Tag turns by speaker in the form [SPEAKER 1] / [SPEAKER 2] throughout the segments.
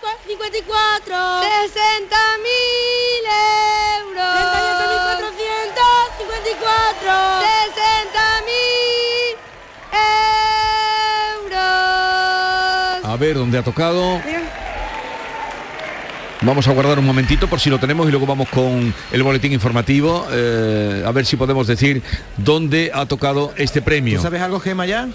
[SPEAKER 1] 454
[SPEAKER 2] 60 mil euros.
[SPEAKER 1] 454
[SPEAKER 2] 60 mil euros.
[SPEAKER 3] A ver dónde ha tocado. Vamos a guardar un momentito por si lo tenemos y luego vamos con el boletín informativo. eh, a ver si podemos decir dónde ha tocado este premio.
[SPEAKER 4] ¿Tú sabes algo, Gema, ya?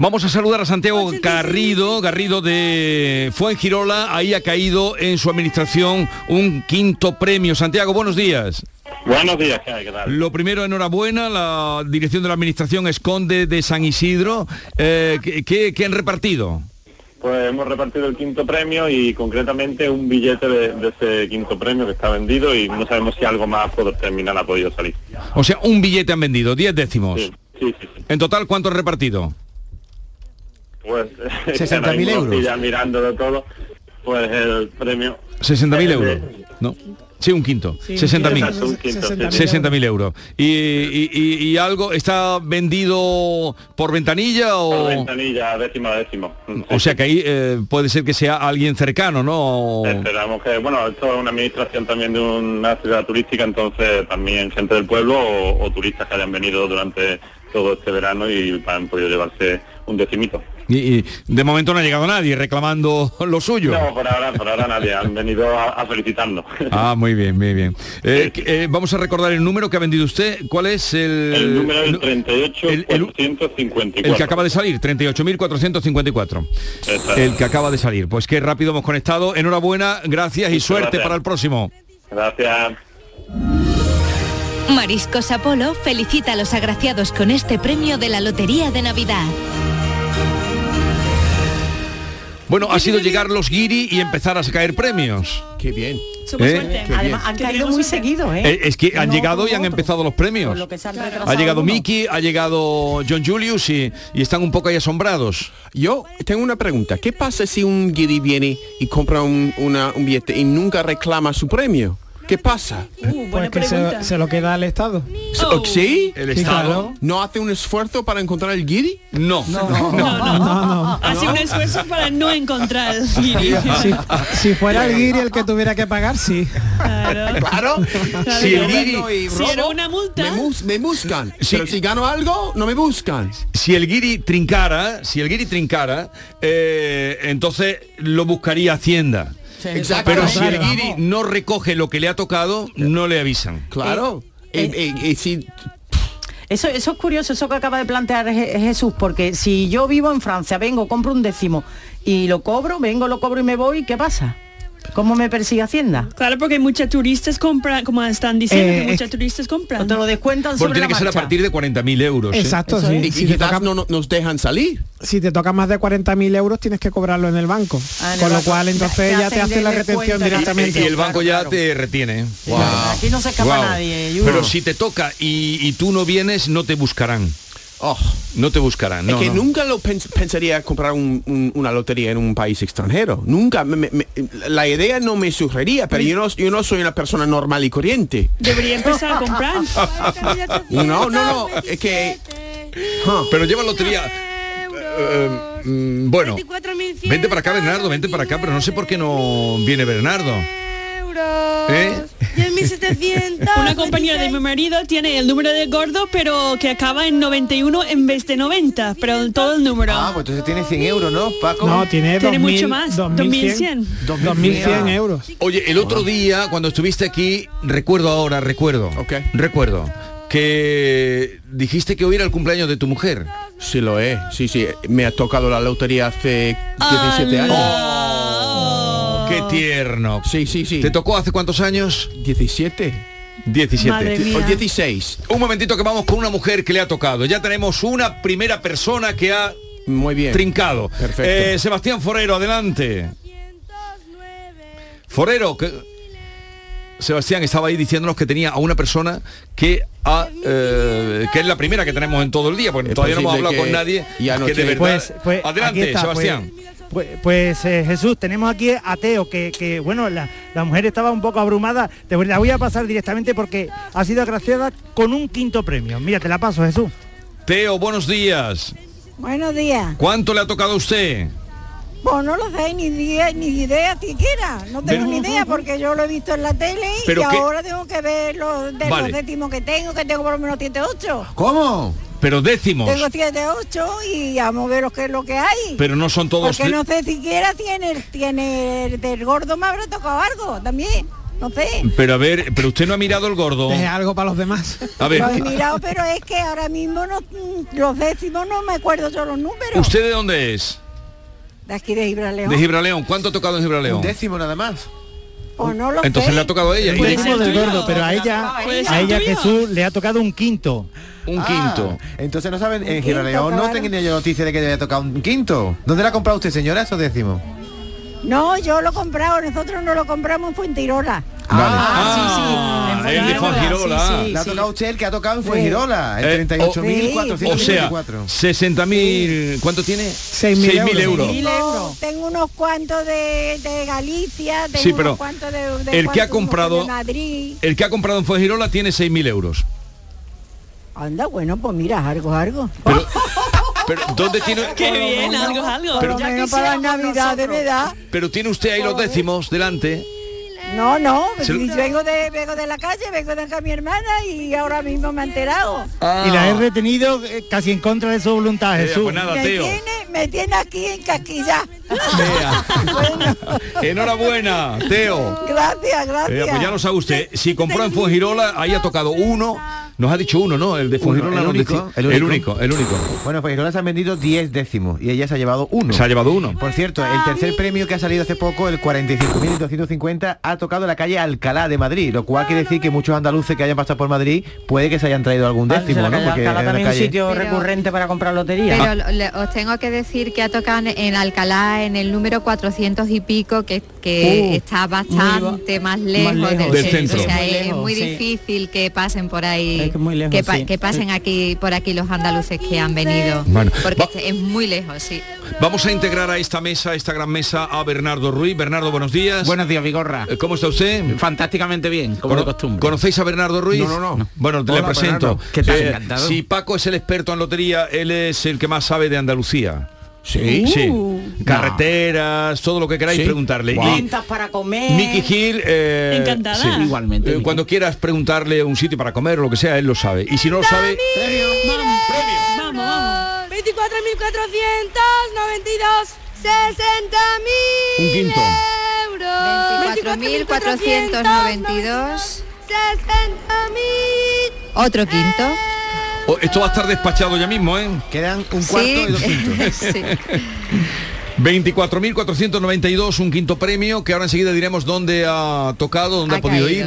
[SPEAKER 3] Vamos a saludar a Santiago Garrido, Garrido de Fuengirola. Ahí ha caído en su administración un quinto premio. Santiago, buenos días.
[SPEAKER 5] Buenos días, ¿qué hay? ¿Qué tal?
[SPEAKER 3] Lo primero, enhorabuena. La dirección de la administración Esconde de San Isidro. Eh, ¿qué- qué, qué han repartido?
[SPEAKER 5] Pues hemos repartido el quinto premio y concretamente un billete de, de ese quinto premio que está vendido y no sabemos si algo más por terminar ha podido salir.
[SPEAKER 3] O sea, un billete han vendido, 10 décimos.
[SPEAKER 5] Sí, sí, sí. sí.
[SPEAKER 3] En total, ¿cuánto han repartido?
[SPEAKER 5] Pues es que
[SPEAKER 4] 60.000
[SPEAKER 5] ahora mismo
[SPEAKER 4] euros.
[SPEAKER 5] estoy Ya mirándolo todo, pues el premio...
[SPEAKER 3] 60.000
[SPEAKER 5] Eh,
[SPEAKER 3] euros. ¿No? Sí, un quinto.
[SPEAKER 5] Exacto,
[SPEAKER 3] 60.000.
[SPEAKER 5] un quinto, sí, sí.
[SPEAKER 3] 60.000 euros. Y, y- y- y algo está vendido por ventanilla
[SPEAKER 5] Por
[SPEAKER 3] o...?
[SPEAKER 5] ventanilla, décimo a décimo.
[SPEAKER 3] O sea que ahí eh, puede ser que sea alguien cercano, ¿no? O-
[SPEAKER 5] Esperamos que, bueno, esto es una administración también de una ciudad turística, entonces también gente del pueblo o, o turistas que hayan venido durante todo este verano y han podido llevarse un decimito.
[SPEAKER 3] Y, y de momento no ha llegado nadie reclamando lo suyo.
[SPEAKER 5] No, por ahora, por ahora nadie, han venido a, a felicitarnos.
[SPEAKER 3] Ah, muy bien, muy bien. Eh, que- eh, vamos a recordar el número que ha vendido usted. ¿Cuál es el...?
[SPEAKER 5] El número es
[SPEAKER 3] el- el- el-
[SPEAKER 5] 38454.
[SPEAKER 3] El que acaba de salir, 38.454.
[SPEAKER 5] Exacto.
[SPEAKER 3] El que acaba de salir. Pues qué rápido hemos conectado. Enhorabuena, gracias y
[SPEAKER 5] Muchas
[SPEAKER 3] suerte
[SPEAKER 5] gracias.
[SPEAKER 3] para el próximo.
[SPEAKER 5] Gracias.
[SPEAKER 6] Mariscos Apolo felicita a los agraciados con este premio de la Lotería de Navidad.
[SPEAKER 3] Bueno, ha sido llegar los guiri y empezar a sacar premios.
[SPEAKER 7] Qué bien.
[SPEAKER 3] ¿Eh? Qué bien.
[SPEAKER 8] Además, han caído muy seguido, ¿eh?
[SPEAKER 3] Eh, Es que han
[SPEAKER 8] Uno
[SPEAKER 3] llegado
[SPEAKER 8] por
[SPEAKER 3] y han
[SPEAKER 8] otro.
[SPEAKER 3] empezado los premios.
[SPEAKER 8] Por lo que se han
[SPEAKER 3] Ha
[SPEAKER 8] retrasado
[SPEAKER 3] llegado
[SPEAKER 8] uno.
[SPEAKER 3] Mickey, ha llegado John Julius y, y están un poco ahí asombrados.
[SPEAKER 7] Yo tengo una pregunta. ¿Qué pasa si un guiri viene y compra un, una- un billete y nunca reclama su premio? ¿Qué pasa?
[SPEAKER 9] Pues que se, se lo queda al Estado.
[SPEAKER 7] ¿Se-
[SPEAKER 9] Oh.
[SPEAKER 7] ¿Sí?
[SPEAKER 9] El Sí, Estado. claro.
[SPEAKER 7] ¿No hace un esfuerzo para encontrar el guiri?
[SPEAKER 3] No.
[SPEAKER 9] No, no, no.
[SPEAKER 10] Hace un esfuerzo para no encontrar el guiri.
[SPEAKER 9] Si, si fuera el guiri el que tuviera que pagar, sí.
[SPEAKER 7] Claro.
[SPEAKER 9] Si el
[SPEAKER 7] yo
[SPEAKER 9] guiri-
[SPEAKER 7] gano y
[SPEAKER 9] Si era
[SPEAKER 7] robo,
[SPEAKER 9] una
[SPEAKER 7] Me, bus- me buscan. Pero si gano algo, no me buscan.
[SPEAKER 3] Si el guiri trincara, si el guiri trincara, eh, entonces lo buscaría Hacienda.
[SPEAKER 7] Sí, Exacto.
[SPEAKER 3] Pero si el
[SPEAKER 7] Claro.
[SPEAKER 3] guiri no recoge lo que le ha tocado, no le avisan.
[SPEAKER 7] Claro. Eh, eh, eh, si-
[SPEAKER 8] Eso, eso es curioso, eso que acaba de plantear Je- Jesús, porque si yo vivo en Francia, vengo, compro un décimo y lo cobro, vengo, lo cobro y me voy, ¿qué pasa? ¿Cómo me persigue Hacienda?
[SPEAKER 10] Claro, porque muchas turistas compran, como están diciendo, que muchas turistas compran.
[SPEAKER 8] Eh, Te lo descuentan
[SPEAKER 3] Porque tiene que ser a partir de 40.000 euros. ¿eh?
[SPEAKER 9] Exacto, sí.
[SPEAKER 7] y
[SPEAKER 9] Si te
[SPEAKER 7] quizás
[SPEAKER 9] toca-
[SPEAKER 7] no, no- nos dejan salir.
[SPEAKER 9] Si te toca más de 40.000 euros tienes que cobrarlo en el banco.
[SPEAKER 7] Ah, en el
[SPEAKER 9] Con lo
[SPEAKER 7] banco.
[SPEAKER 9] cual entonces
[SPEAKER 7] Te
[SPEAKER 9] ya te
[SPEAKER 7] hacen
[SPEAKER 9] hace la
[SPEAKER 7] descuento
[SPEAKER 9] retención
[SPEAKER 7] y-
[SPEAKER 9] directamente.
[SPEAKER 3] Y el banco ya te retiene. ¿eh? Guau.
[SPEAKER 8] Aquí no se escapa
[SPEAKER 3] Guau.
[SPEAKER 8] nadie, Yuyu.
[SPEAKER 3] Pero si te toca y, y tú no vienes, no te buscarán. No te buscarán. No,
[SPEAKER 7] Oh. es que
[SPEAKER 3] no.
[SPEAKER 7] nunca lo pens- pensaría comprar un- un- una lotería en un país extranjero. Nunca. me- me- me- la idea no me sugería, pero yo no, yo no soy una persona normal y corriente.
[SPEAKER 10] Debería empezar a comprar.
[SPEAKER 7] no, no, no. Es que.
[SPEAKER 3] Ah, Pero lleva lotería. eh, mm, bueno, vente para acá Bernardo, vente para acá, pero no sé por qué no viene Bernardo. ¿Eh?
[SPEAKER 10] Una compañera de mi marido tiene el número de gordo, pero que acaba en 91 en vez de 90, pero todo el número.
[SPEAKER 4] Ah, pues entonces tiene 100 euros, ¿no, Paco?
[SPEAKER 9] No, tiene,
[SPEAKER 10] Tiene
[SPEAKER 9] 2000,
[SPEAKER 10] mucho más,
[SPEAKER 9] 2100. 2100 euros.
[SPEAKER 3] Oye, el otro día cuando estuviste aquí, recuerdo ahora, recuerdo, recuerdo que dijiste que hoy era el cumpleaños de tu mujer.
[SPEAKER 7] Sí lo es, sí, sí. Me ha tocado la lotería hace
[SPEAKER 3] Ah,
[SPEAKER 7] 17 años.
[SPEAKER 3] qué
[SPEAKER 7] Oh.
[SPEAKER 3] tierno.
[SPEAKER 7] Sí, sí, sí.
[SPEAKER 3] ¿Te tocó hace cuántos años?
[SPEAKER 7] 17.
[SPEAKER 3] 17
[SPEAKER 7] Madre mía. O 16.
[SPEAKER 3] Un momentito que vamos con una mujer que le ha tocado. Ya tenemos una primera persona que ha
[SPEAKER 7] muy bien
[SPEAKER 3] trincado.
[SPEAKER 7] Perfecto.
[SPEAKER 3] Eh, Sebastián Forero, adelante. Forero, que Sebastián estaba ahí diciéndonos que tenía a una persona que ha, eh, que es la primera que tenemos en todo el día, porque todavía no hemos hablado
[SPEAKER 7] posible
[SPEAKER 3] con
[SPEAKER 7] que
[SPEAKER 3] nadie.
[SPEAKER 7] ya no
[SPEAKER 3] que de
[SPEAKER 7] esté.
[SPEAKER 3] verdad-
[SPEAKER 7] Pues- pues, aquí
[SPEAKER 3] adelante,
[SPEAKER 11] está, pues.
[SPEAKER 3] Sebastián.
[SPEAKER 11] Pues, pues, eh, Jesús, tenemos aquí a Teo, que, que, bueno, la, la mujer estaba un poco abrumada. Te voy- la voy a pasar directamente porque ha sido agraciada con un quinto premio. Mira, te la paso, Jesús.
[SPEAKER 3] Teo, buenos días.
[SPEAKER 12] Buenos días.
[SPEAKER 3] ¿Cuánto le ha tocado a usted?
[SPEAKER 12] Pues no lo sé, ni, die- ni idea siquiera. No tengo ni idea porque yo lo he visto en la tele
[SPEAKER 3] Pero
[SPEAKER 12] y
[SPEAKER 3] qué-
[SPEAKER 12] ahora tengo que ver los, de
[SPEAKER 3] Vale.
[SPEAKER 12] los décimos que tengo, que tengo por lo menos 7 8.
[SPEAKER 3] ¿Cómo? Pero décimos.
[SPEAKER 12] Tengo 7 8 y ya vamos a ver lo que, lo que hay.
[SPEAKER 3] Pero no son todos
[SPEAKER 12] Porque
[SPEAKER 3] de-
[SPEAKER 12] no sé siquiera tiene el, tiene el del gordo me habrá tocado algo también. No sé.
[SPEAKER 3] Pero a ver, pero usted no ha mirado el gordo.
[SPEAKER 9] Es algo para los demás.
[SPEAKER 3] A ver,
[SPEAKER 12] Lo he
[SPEAKER 3] ¿qué-
[SPEAKER 12] mirado, pero es que ahora mismo no, mm, los décimos no me acuerdo yo los números.
[SPEAKER 3] ¿usted de dónde es?
[SPEAKER 12] De aquí de Gibraleón.
[SPEAKER 3] De Gibraleón. ¿Cuánto ha tocado en Gibraleón?
[SPEAKER 12] Un
[SPEAKER 3] décimo nada más.
[SPEAKER 12] Pues no lo
[SPEAKER 3] Entonces
[SPEAKER 12] sé.
[SPEAKER 3] le ha tocado a ella.
[SPEAKER 4] Pues
[SPEAKER 11] Un décimo del gordo, pero a ella,
[SPEAKER 12] Puede ser
[SPEAKER 11] a ella
[SPEAKER 3] Ah.
[SPEAKER 12] tuyo.
[SPEAKER 11] Jesús le ha tocado un quinto.
[SPEAKER 3] Un
[SPEAKER 11] quinto.
[SPEAKER 4] Entonces no saben, en
[SPEAKER 11] quinto,
[SPEAKER 4] Gibraleón no
[SPEAKER 11] claro.
[SPEAKER 4] tenía yo noticia de que le había tocado un quinto. ¿Dónde la ha comprado usted, señora, esos décimos?
[SPEAKER 12] No, yo lo he comprado, nosotros no lo compramos en Fuentirola.
[SPEAKER 3] Ah, el de Fuengirola.
[SPEAKER 4] Le ha tocado usted el que ha tocado en Fuengirola,
[SPEAKER 3] Eh,
[SPEAKER 4] el
[SPEAKER 12] oh,
[SPEAKER 3] o, o sea,
[SPEAKER 4] 38.454.
[SPEAKER 3] 60.000, ¿cuánto tiene?
[SPEAKER 4] 6.000
[SPEAKER 3] 6.000 euros.
[SPEAKER 12] No, tengo unos cuantos de, de Galicia, tengo
[SPEAKER 3] Sí, pero
[SPEAKER 12] unos cuantos de, de
[SPEAKER 3] el que ha
[SPEAKER 12] cuantos
[SPEAKER 3] comprado-
[SPEAKER 12] de Madrid.
[SPEAKER 3] El que ha comprado en Fuengirola tiene 6.000 euros.
[SPEAKER 12] Anda, bueno, pues mira, algo, algo.
[SPEAKER 3] Pero ¿dónde tiene?
[SPEAKER 12] Pero
[SPEAKER 3] este Pero,
[SPEAKER 12] por lo menos para las navidades me da.
[SPEAKER 3] pero tiene usted ahí los décimos delante.
[SPEAKER 12] No, no,
[SPEAKER 3] Se lo-
[SPEAKER 12] si vengo de, vengo de la calle, vengo de acá mi hermana y ahora mismo me he enterado.
[SPEAKER 11] Y la he retenido eh, casi en contra de su voluntad,
[SPEAKER 3] Eh,
[SPEAKER 11] Jesús.
[SPEAKER 3] Ah. pues nada,
[SPEAKER 12] me,
[SPEAKER 3] Teo.
[SPEAKER 12] tiene, me tiene aquí en casquilla.
[SPEAKER 3] Enhorabuena, Teo.
[SPEAKER 12] Gracias,
[SPEAKER 3] Eh,
[SPEAKER 12] gracias.
[SPEAKER 3] pues ya lo sabe usted, si compró en Fuengirola, ahí ha tocado uno, Nos ha dicho uno, ¿no? El de Fuengirola.
[SPEAKER 4] el,
[SPEAKER 3] nos
[SPEAKER 4] único,
[SPEAKER 3] deci- el único, el único.
[SPEAKER 4] Bueno, pues Irola se han vendido 10 décimos y ella se ha llevado uno.
[SPEAKER 3] Se ha llevado uno.
[SPEAKER 4] Por cierto, el tercer premio que ha salido hace poco, el 45.250, ha tocado la calle Alcalá de Madrid, lo cual quiere decir que muchos andaluces que hayan pasado por Madrid puede que se hayan traído algún décimo,
[SPEAKER 8] la
[SPEAKER 4] ¿no?
[SPEAKER 8] calle Alcalá
[SPEAKER 4] es una
[SPEAKER 8] también es un
[SPEAKER 4] calle-
[SPEAKER 8] sitio
[SPEAKER 2] Pero-
[SPEAKER 8] recurrente para comprar lotería.
[SPEAKER 2] Pero lo- le- os tengo que decir que ha tocado en- en Alcalá en el número 400 y pico, que, que
[SPEAKER 8] Uh,
[SPEAKER 2] está bastante más lejos,
[SPEAKER 8] lejos,
[SPEAKER 2] del
[SPEAKER 8] sí,
[SPEAKER 2] centro.
[SPEAKER 8] sí,
[SPEAKER 2] O sea,
[SPEAKER 8] muy
[SPEAKER 2] es
[SPEAKER 8] lejos,
[SPEAKER 2] muy
[SPEAKER 8] sí.
[SPEAKER 2] difícil que pasen por ahí,
[SPEAKER 8] Es que muy lejos,
[SPEAKER 2] que pa-
[SPEAKER 8] sí.
[SPEAKER 2] que pasen aquí por aquí los andaluces que han venido,
[SPEAKER 3] Bueno,
[SPEAKER 2] porque este es muy lejos, sí.
[SPEAKER 3] Vamos a integrar a esta mesa, a esta gran mesa, a Bernardo Ruiz. Bernardo, buenos días. Buenos días, Vigorra. ¿Cómo está usted?
[SPEAKER 13] Fantásticamente bien, como de costumbre.
[SPEAKER 3] ¿Conocéis a Bernardo Ruiz?
[SPEAKER 13] No, no, no.
[SPEAKER 3] Bueno, te le
[SPEAKER 13] Hola,
[SPEAKER 3] presento. Eh,
[SPEAKER 13] Bernardo. ¿Qué tal? Encantado.
[SPEAKER 3] si Paco es el experto en lotería, él es el que más sabe de Andalucía. Sí. Sí. Carreteras, todo lo que queráis
[SPEAKER 8] Sí.
[SPEAKER 3] preguntarle. Y
[SPEAKER 8] Ventas para comer.
[SPEAKER 3] Mickey Gil, eh,
[SPEAKER 8] Encantada.
[SPEAKER 3] sí.
[SPEAKER 8] Igualmente,
[SPEAKER 3] Eh, cuando quieras preguntarle un sitio para comer o lo que sea, él lo sabe. Y si no lo sabe,
[SPEAKER 1] Vamos, vamos. 24.492. 60.000
[SPEAKER 3] un quinto.
[SPEAKER 1] euros.
[SPEAKER 2] 24.492,
[SPEAKER 1] 60.000.
[SPEAKER 2] otro quinto.
[SPEAKER 3] O- oh, Esto va a estar despachado ya mismo, ¿eh?
[SPEAKER 4] Quedan un
[SPEAKER 2] cuarto Sí. y dos quintos. Sí.
[SPEAKER 3] 24.492, un quinto premio, que ahora enseguida diremos dónde ha tocado, dónde ha, podido ir.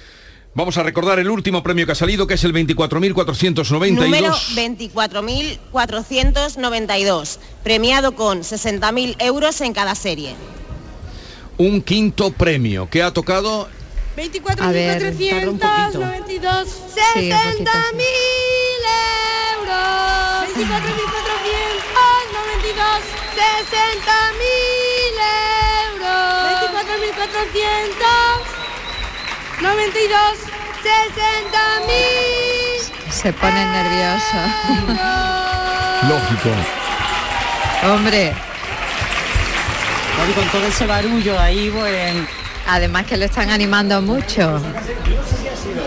[SPEAKER 3] Vamos a recordar el último premio que ha salido, que es el 24.492.
[SPEAKER 14] Número 24.492, premiado con 60.000 euros en cada serie.
[SPEAKER 3] Un quinto premio que ha tocado
[SPEAKER 1] 24.492. 60.000 euros. 24.492. 60.000 euros. 24.492. 60.000.
[SPEAKER 2] Se pone nervioso.
[SPEAKER 3] Lógico.
[SPEAKER 2] Hombre.
[SPEAKER 8] Claro, y con todo ese barullo ahí, bueno.
[SPEAKER 2] Además que lo están animando mucho.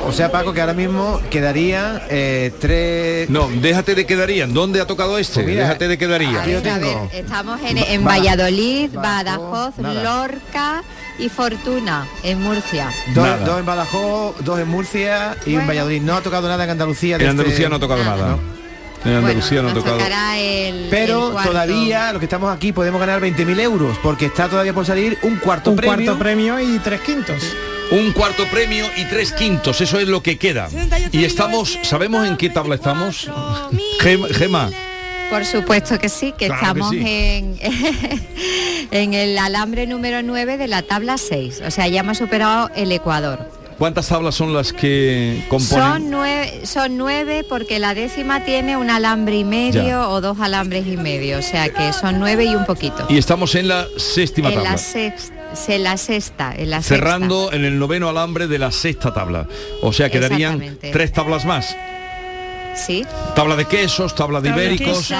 [SPEAKER 4] O sea, Paco, que ahora mismo quedaría eh, tres...
[SPEAKER 3] No, déjate de quedarían. ¿Dónde ha tocado este?
[SPEAKER 4] Pues mira,
[SPEAKER 3] déjate de quedaría.
[SPEAKER 4] aquí lo tengo. A ver, eh,
[SPEAKER 2] Estamos en, en
[SPEAKER 3] Va-
[SPEAKER 2] Valladolid, Badajoz,
[SPEAKER 4] nada.
[SPEAKER 2] Lorca y Fortuna, en Murcia.
[SPEAKER 4] Dos, dos en Badajoz, dos en Murcia y en Valladolid. No ha tocado nada en Andalucía. este
[SPEAKER 3] En Andalucía no ha tocado nada. En eh, Andalucía no ha
[SPEAKER 2] Nos
[SPEAKER 3] tocado.
[SPEAKER 2] tocará
[SPEAKER 6] Eh,
[SPEAKER 2] el- el
[SPEAKER 4] Pero
[SPEAKER 2] cuarto.
[SPEAKER 4] todavía los que estamos aquí podemos ganar 20.000 euros porque está todavía por salir un cuarto
[SPEAKER 9] Un
[SPEAKER 4] premio.
[SPEAKER 9] cuarto premio y tres quintos.
[SPEAKER 3] Un cuarto premio y tres quintos, eso es lo que queda. Y estamos, ¿sabemos en qué tabla estamos? Gema, Gema,
[SPEAKER 2] Por supuesto que sí, que
[SPEAKER 3] Claro que
[SPEAKER 2] estamos
[SPEAKER 3] sí.
[SPEAKER 2] En, en el alambre número 9 de la tabla 6. O sea, ya hemos superado el Ecuador.
[SPEAKER 3] ¿cuántas tablas son las que
[SPEAKER 2] Son
[SPEAKER 3] componen?
[SPEAKER 2] nueve, son nueve porque la décima tiene un alambre y medio
[SPEAKER 3] Ya.
[SPEAKER 2] o dos alambres y medio. O sea que son nueve y un poquito.
[SPEAKER 3] Y estamos en la séptima
[SPEAKER 2] en la
[SPEAKER 3] tabla.
[SPEAKER 2] sexta, se la sexta, en la sexta.
[SPEAKER 3] Cerrando en el noveno alambre de la sexta tabla. O sea, quedarían
[SPEAKER 2] Exactamente.
[SPEAKER 3] tres tablas más.
[SPEAKER 2] Sí.
[SPEAKER 3] Tabla de quesos, tabla de ibéricos,
[SPEAKER 2] de-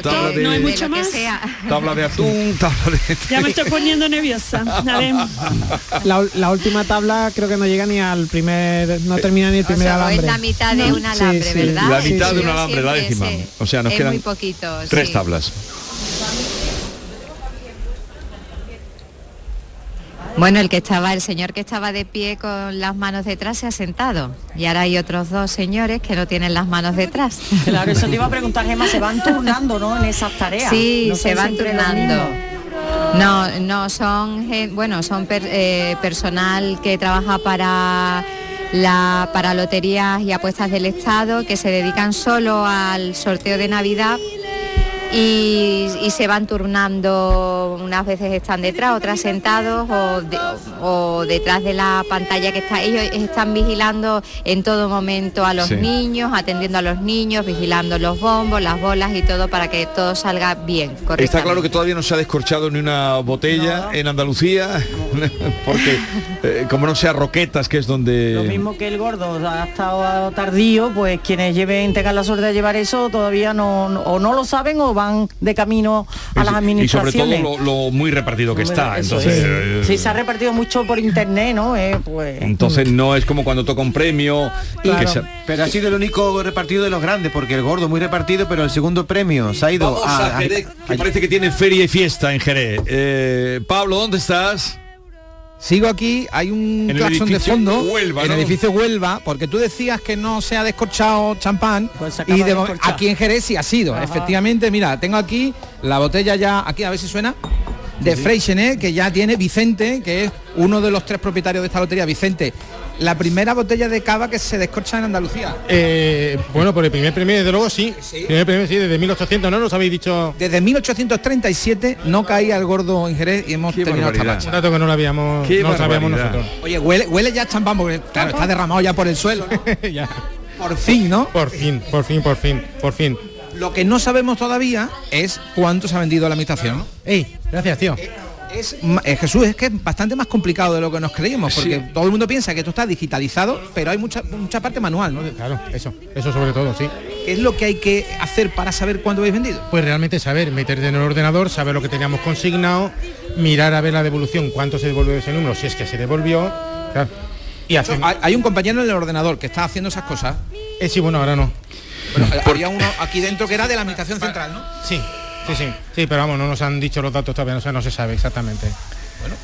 [SPEAKER 3] tabla
[SPEAKER 2] de-
[SPEAKER 3] de,
[SPEAKER 10] no hay mucho
[SPEAKER 2] lo que
[SPEAKER 10] más.
[SPEAKER 2] sea.
[SPEAKER 3] tabla de atún, tabla de...
[SPEAKER 10] Ya me estoy poniendo nerviosa. A ver.
[SPEAKER 9] La, ul- la última tabla creo que no llega ni al primer, no termina ni el
[SPEAKER 2] O
[SPEAKER 9] primer
[SPEAKER 2] sea, o es
[SPEAKER 9] alambre.
[SPEAKER 2] la mitad de
[SPEAKER 9] No.
[SPEAKER 2] un
[SPEAKER 9] Sí,
[SPEAKER 2] alambre,
[SPEAKER 9] sí.
[SPEAKER 2] ¿verdad?
[SPEAKER 3] La mitad
[SPEAKER 2] Sí,
[SPEAKER 3] de
[SPEAKER 2] sí.
[SPEAKER 3] un alambre, la
[SPEAKER 2] Siempre
[SPEAKER 3] décima.
[SPEAKER 2] se-
[SPEAKER 3] O sea, nos
[SPEAKER 2] es
[SPEAKER 3] quedan
[SPEAKER 2] muy poquito,
[SPEAKER 3] tres
[SPEAKER 2] sí.
[SPEAKER 3] tablas.
[SPEAKER 2] Bueno, el que estaba, el señor que estaba de pie con las manos detrás se ha sentado. Y ahora hay otros dos señores que no tienen las manos detrás.
[SPEAKER 8] Claro, eso te iba a preguntar, Gemma, se van turnando, ¿no? En esas tareas.
[SPEAKER 2] Sí,
[SPEAKER 8] No
[SPEAKER 2] se
[SPEAKER 8] son
[SPEAKER 2] van
[SPEAKER 8] siempre los
[SPEAKER 2] turnando.
[SPEAKER 8] mismos.
[SPEAKER 2] No, no, son gen- bueno, son per- eh, personal que trabaja para la para loterías y apuestas del Estado que se dedican solo al sorteo de Navidad. Y, y se van turnando, unas veces están detrás, otras sentados o, de- o detrás de la pantalla que está. Ellos están vigilando en todo momento a los
[SPEAKER 6] Sí.
[SPEAKER 2] niños, atendiendo a los niños, vigilando los bombos, las bolas y todo para que todo salga bien, correctamente.
[SPEAKER 3] Está claro que todavía no se ha descorchado ni una botella en Andalucía, porque eh, como no sea Roquetas, que es
[SPEAKER 8] Lo
[SPEAKER 3] donde...
[SPEAKER 8] mismo que el gordo ha estado tardío, pues quienes lleven, tengan la suerte de llevar eso, todavía no, no- o no lo saben o van van de camino a las
[SPEAKER 3] Y sobre todo
[SPEAKER 8] administraciones.
[SPEAKER 3] lo, lo muy repartido que está.
[SPEAKER 8] Eso
[SPEAKER 3] Entonces,
[SPEAKER 8] es.
[SPEAKER 3] eh,
[SPEAKER 8] Sí, se ha repartido mucho por internet, ¿no? Eh, pues,
[SPEAKER 3] entonces no es como cuando toca un premio. que
[SPEAKER 8] Claro.
[SPEAKER 3] se-
[SPEAKER 4] Pero ha sido el único repartido de los grandes, porque el gordo muy repartido, pero el segundo premio se ha ido
[SPEAKER 3] Vamos
[SPEAKER 4] a-
[SPEAKER 3] a
[SPEAKER 4] a-
[SPEAKER 3] Jerez, Ah, que parece que tiene feria y fiesta en Jerez. Eh, Pablo, ¿dónde estás?
[SPEAKER 13] Sigo aquí, hay un
[SPEAKER 3] En el
[SPEAKER 13] claxon de
[SPEAKER 3] edificio
[SPEAKER 13] fondo
[SPEAKER 3] Huelva,
[SPEAKER 13] en el
[SPEAKER 3] ¿no?
[SPEAKER 13] edificio Huelva, porque tú decías que no se ha descorchado champán
[SPEAKER 8] Pues acaba
[SPEAKER 13] y de
[SPEAKER 8] de
[SPEAKER 13] mo-
[SPEAKER 8] descorchar.
[SPEAKER 13] aquí en Jerez sí ha sido.
[SPEAKER 8] Ajá.
[SPEAKER 13] Efectivamente, mira, tengo aquí la botella ya, aquí a ver si suena, de
[SPEAKER 8] Sí.
[SPEAKER 13] Freixenet, que ya tiene Vicente, que es uno de los tres propietarios de esta lotería. Vicente, la primera botella de cava que se descorcha en Andalucía.
[SPEAKER 9] Eh, bueno, por el primer premio, desde luego sí. Primer premio, sí, desde 1800, ¿no? Nos habéis dicho...
[SPEAKER 13] Desde 1837 no caía el gordo en Jerez y hemos terminado esta
[SPEAKER 9] Un dato que no lo habíamos,
[SPEAKER 13] Qué
[SPEAKER 9] no lo sabíamos
[SPEAKER 13] barbaridad.
[SPEAKER 9] nosotros.
[SPEAKER 13] Oye, huele, huele ya a champán, porque claro, está derramado ya por el suelo. ¿no? Por fin, ¿no?
[SPEAKER 9] Por fin, por fin, por fin, por fin.
[SPEAKER 13] Lo que no sabemos todavía es cuánto se ha vendido la administración. ¿no?
[SPEAKER 9] Ey, gracias, tío.
[SPEAKER 13] Es, ma- eh, Jesús, es que es bastante más complicado de lo que nos creíamos, porque
[SPEAKER 9] Sí.
[SPEAKER 13] todo el mundo piensa que esto está digitalizado, pero hay mucha, mucha parte manual, ¿no?
[SPEAKER 9] Claro, eso, eso sobre todo, sí.
[SPEAKER 13] ¿Qué es lo que hay que hacer para saber cuándo habéis vendido?
[SPEAKER 9] Pues realmente saber, meterte en el ordenador, saber lo que teníamos consignado, mirar a ver la devolución, cuánto se devolvió ese número, si es que se devolvió. claro. Y hacer...
[SPEAKER 13] Hay hay un compañero en el ordenador que está haciendo esas cosas.
[SPEAKER 9] Eh, sí, bueno, ahora no.
[SPEAKER 13] Bueno, eh, había uno aquí dentro que era de la administración central, ¿no?
[SPEAKER 9] Sí, sí, sí. Sí, pero vamos, no nos han dicho los datos todavía, o sea, no se sabe exactamente.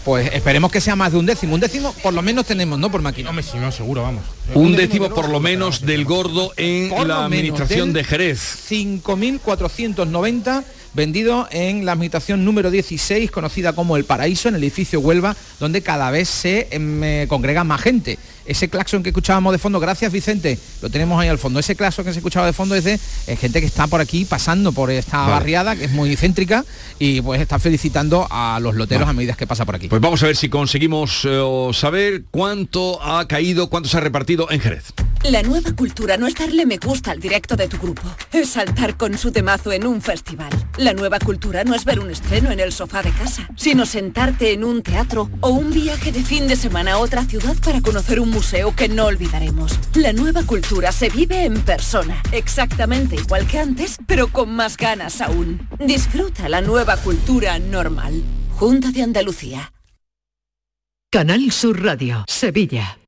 [SPEAKER 13] Pues esperemos que sea más de un décimo. Un décimo por lo menos tenemos, ¿no? Por máquina.
[SPEAKER 9] Hombre, si no, seguro, vamos.
[SPEAKER 3] Un décimo por lo menos del gordo en
[SPEAKER 13] Por
[SPEAKER 3] la
[SPEAKER 13] lo menos
[SPEAKER 3] administración de
[SPEAKER 13] del
[SPEAKER 3] Jerez.
[SPEAKER 13] 5.490 vendido en la administración número 16, conocida como El Paraíso, en el edificio Huelva, donde cada vez se em, eh, congrega más gente. Ese claxon que escuchábamos de fondo, gracias Vicente, lo tenemos ahí al fondo. Ese claxon que se escuchaba de fondo es de eh, gente que está por aquí pasando por esta barriada, que es muy céntrica, y pues está felicitando a los loteros a medida que pasa por aquí.
[SPEAKER 3] Pues vamos a ver si conseguimos eh, saber cuánto ha caído, cuánto se ha repartido en Jerez.
[SPEAKER 6] La nueva cultura no es darle me gusta al directo de tu grupo, es saltar con su temazo en un festival. La nueva cultura no es ver un estreno en el sofá de casa, sino sentarte en un teatro o un viaje de fin de semana a otra ciudad para conocer un museo que no olvidaremos. La nueva cultura se vive en persona, exactamente igual que antes, pero con más ganas aún. Disfruta la nueva cultura normal. Junta de Andalucía.
[SPEAKER 15] Canal Sur Radio, Sevilla.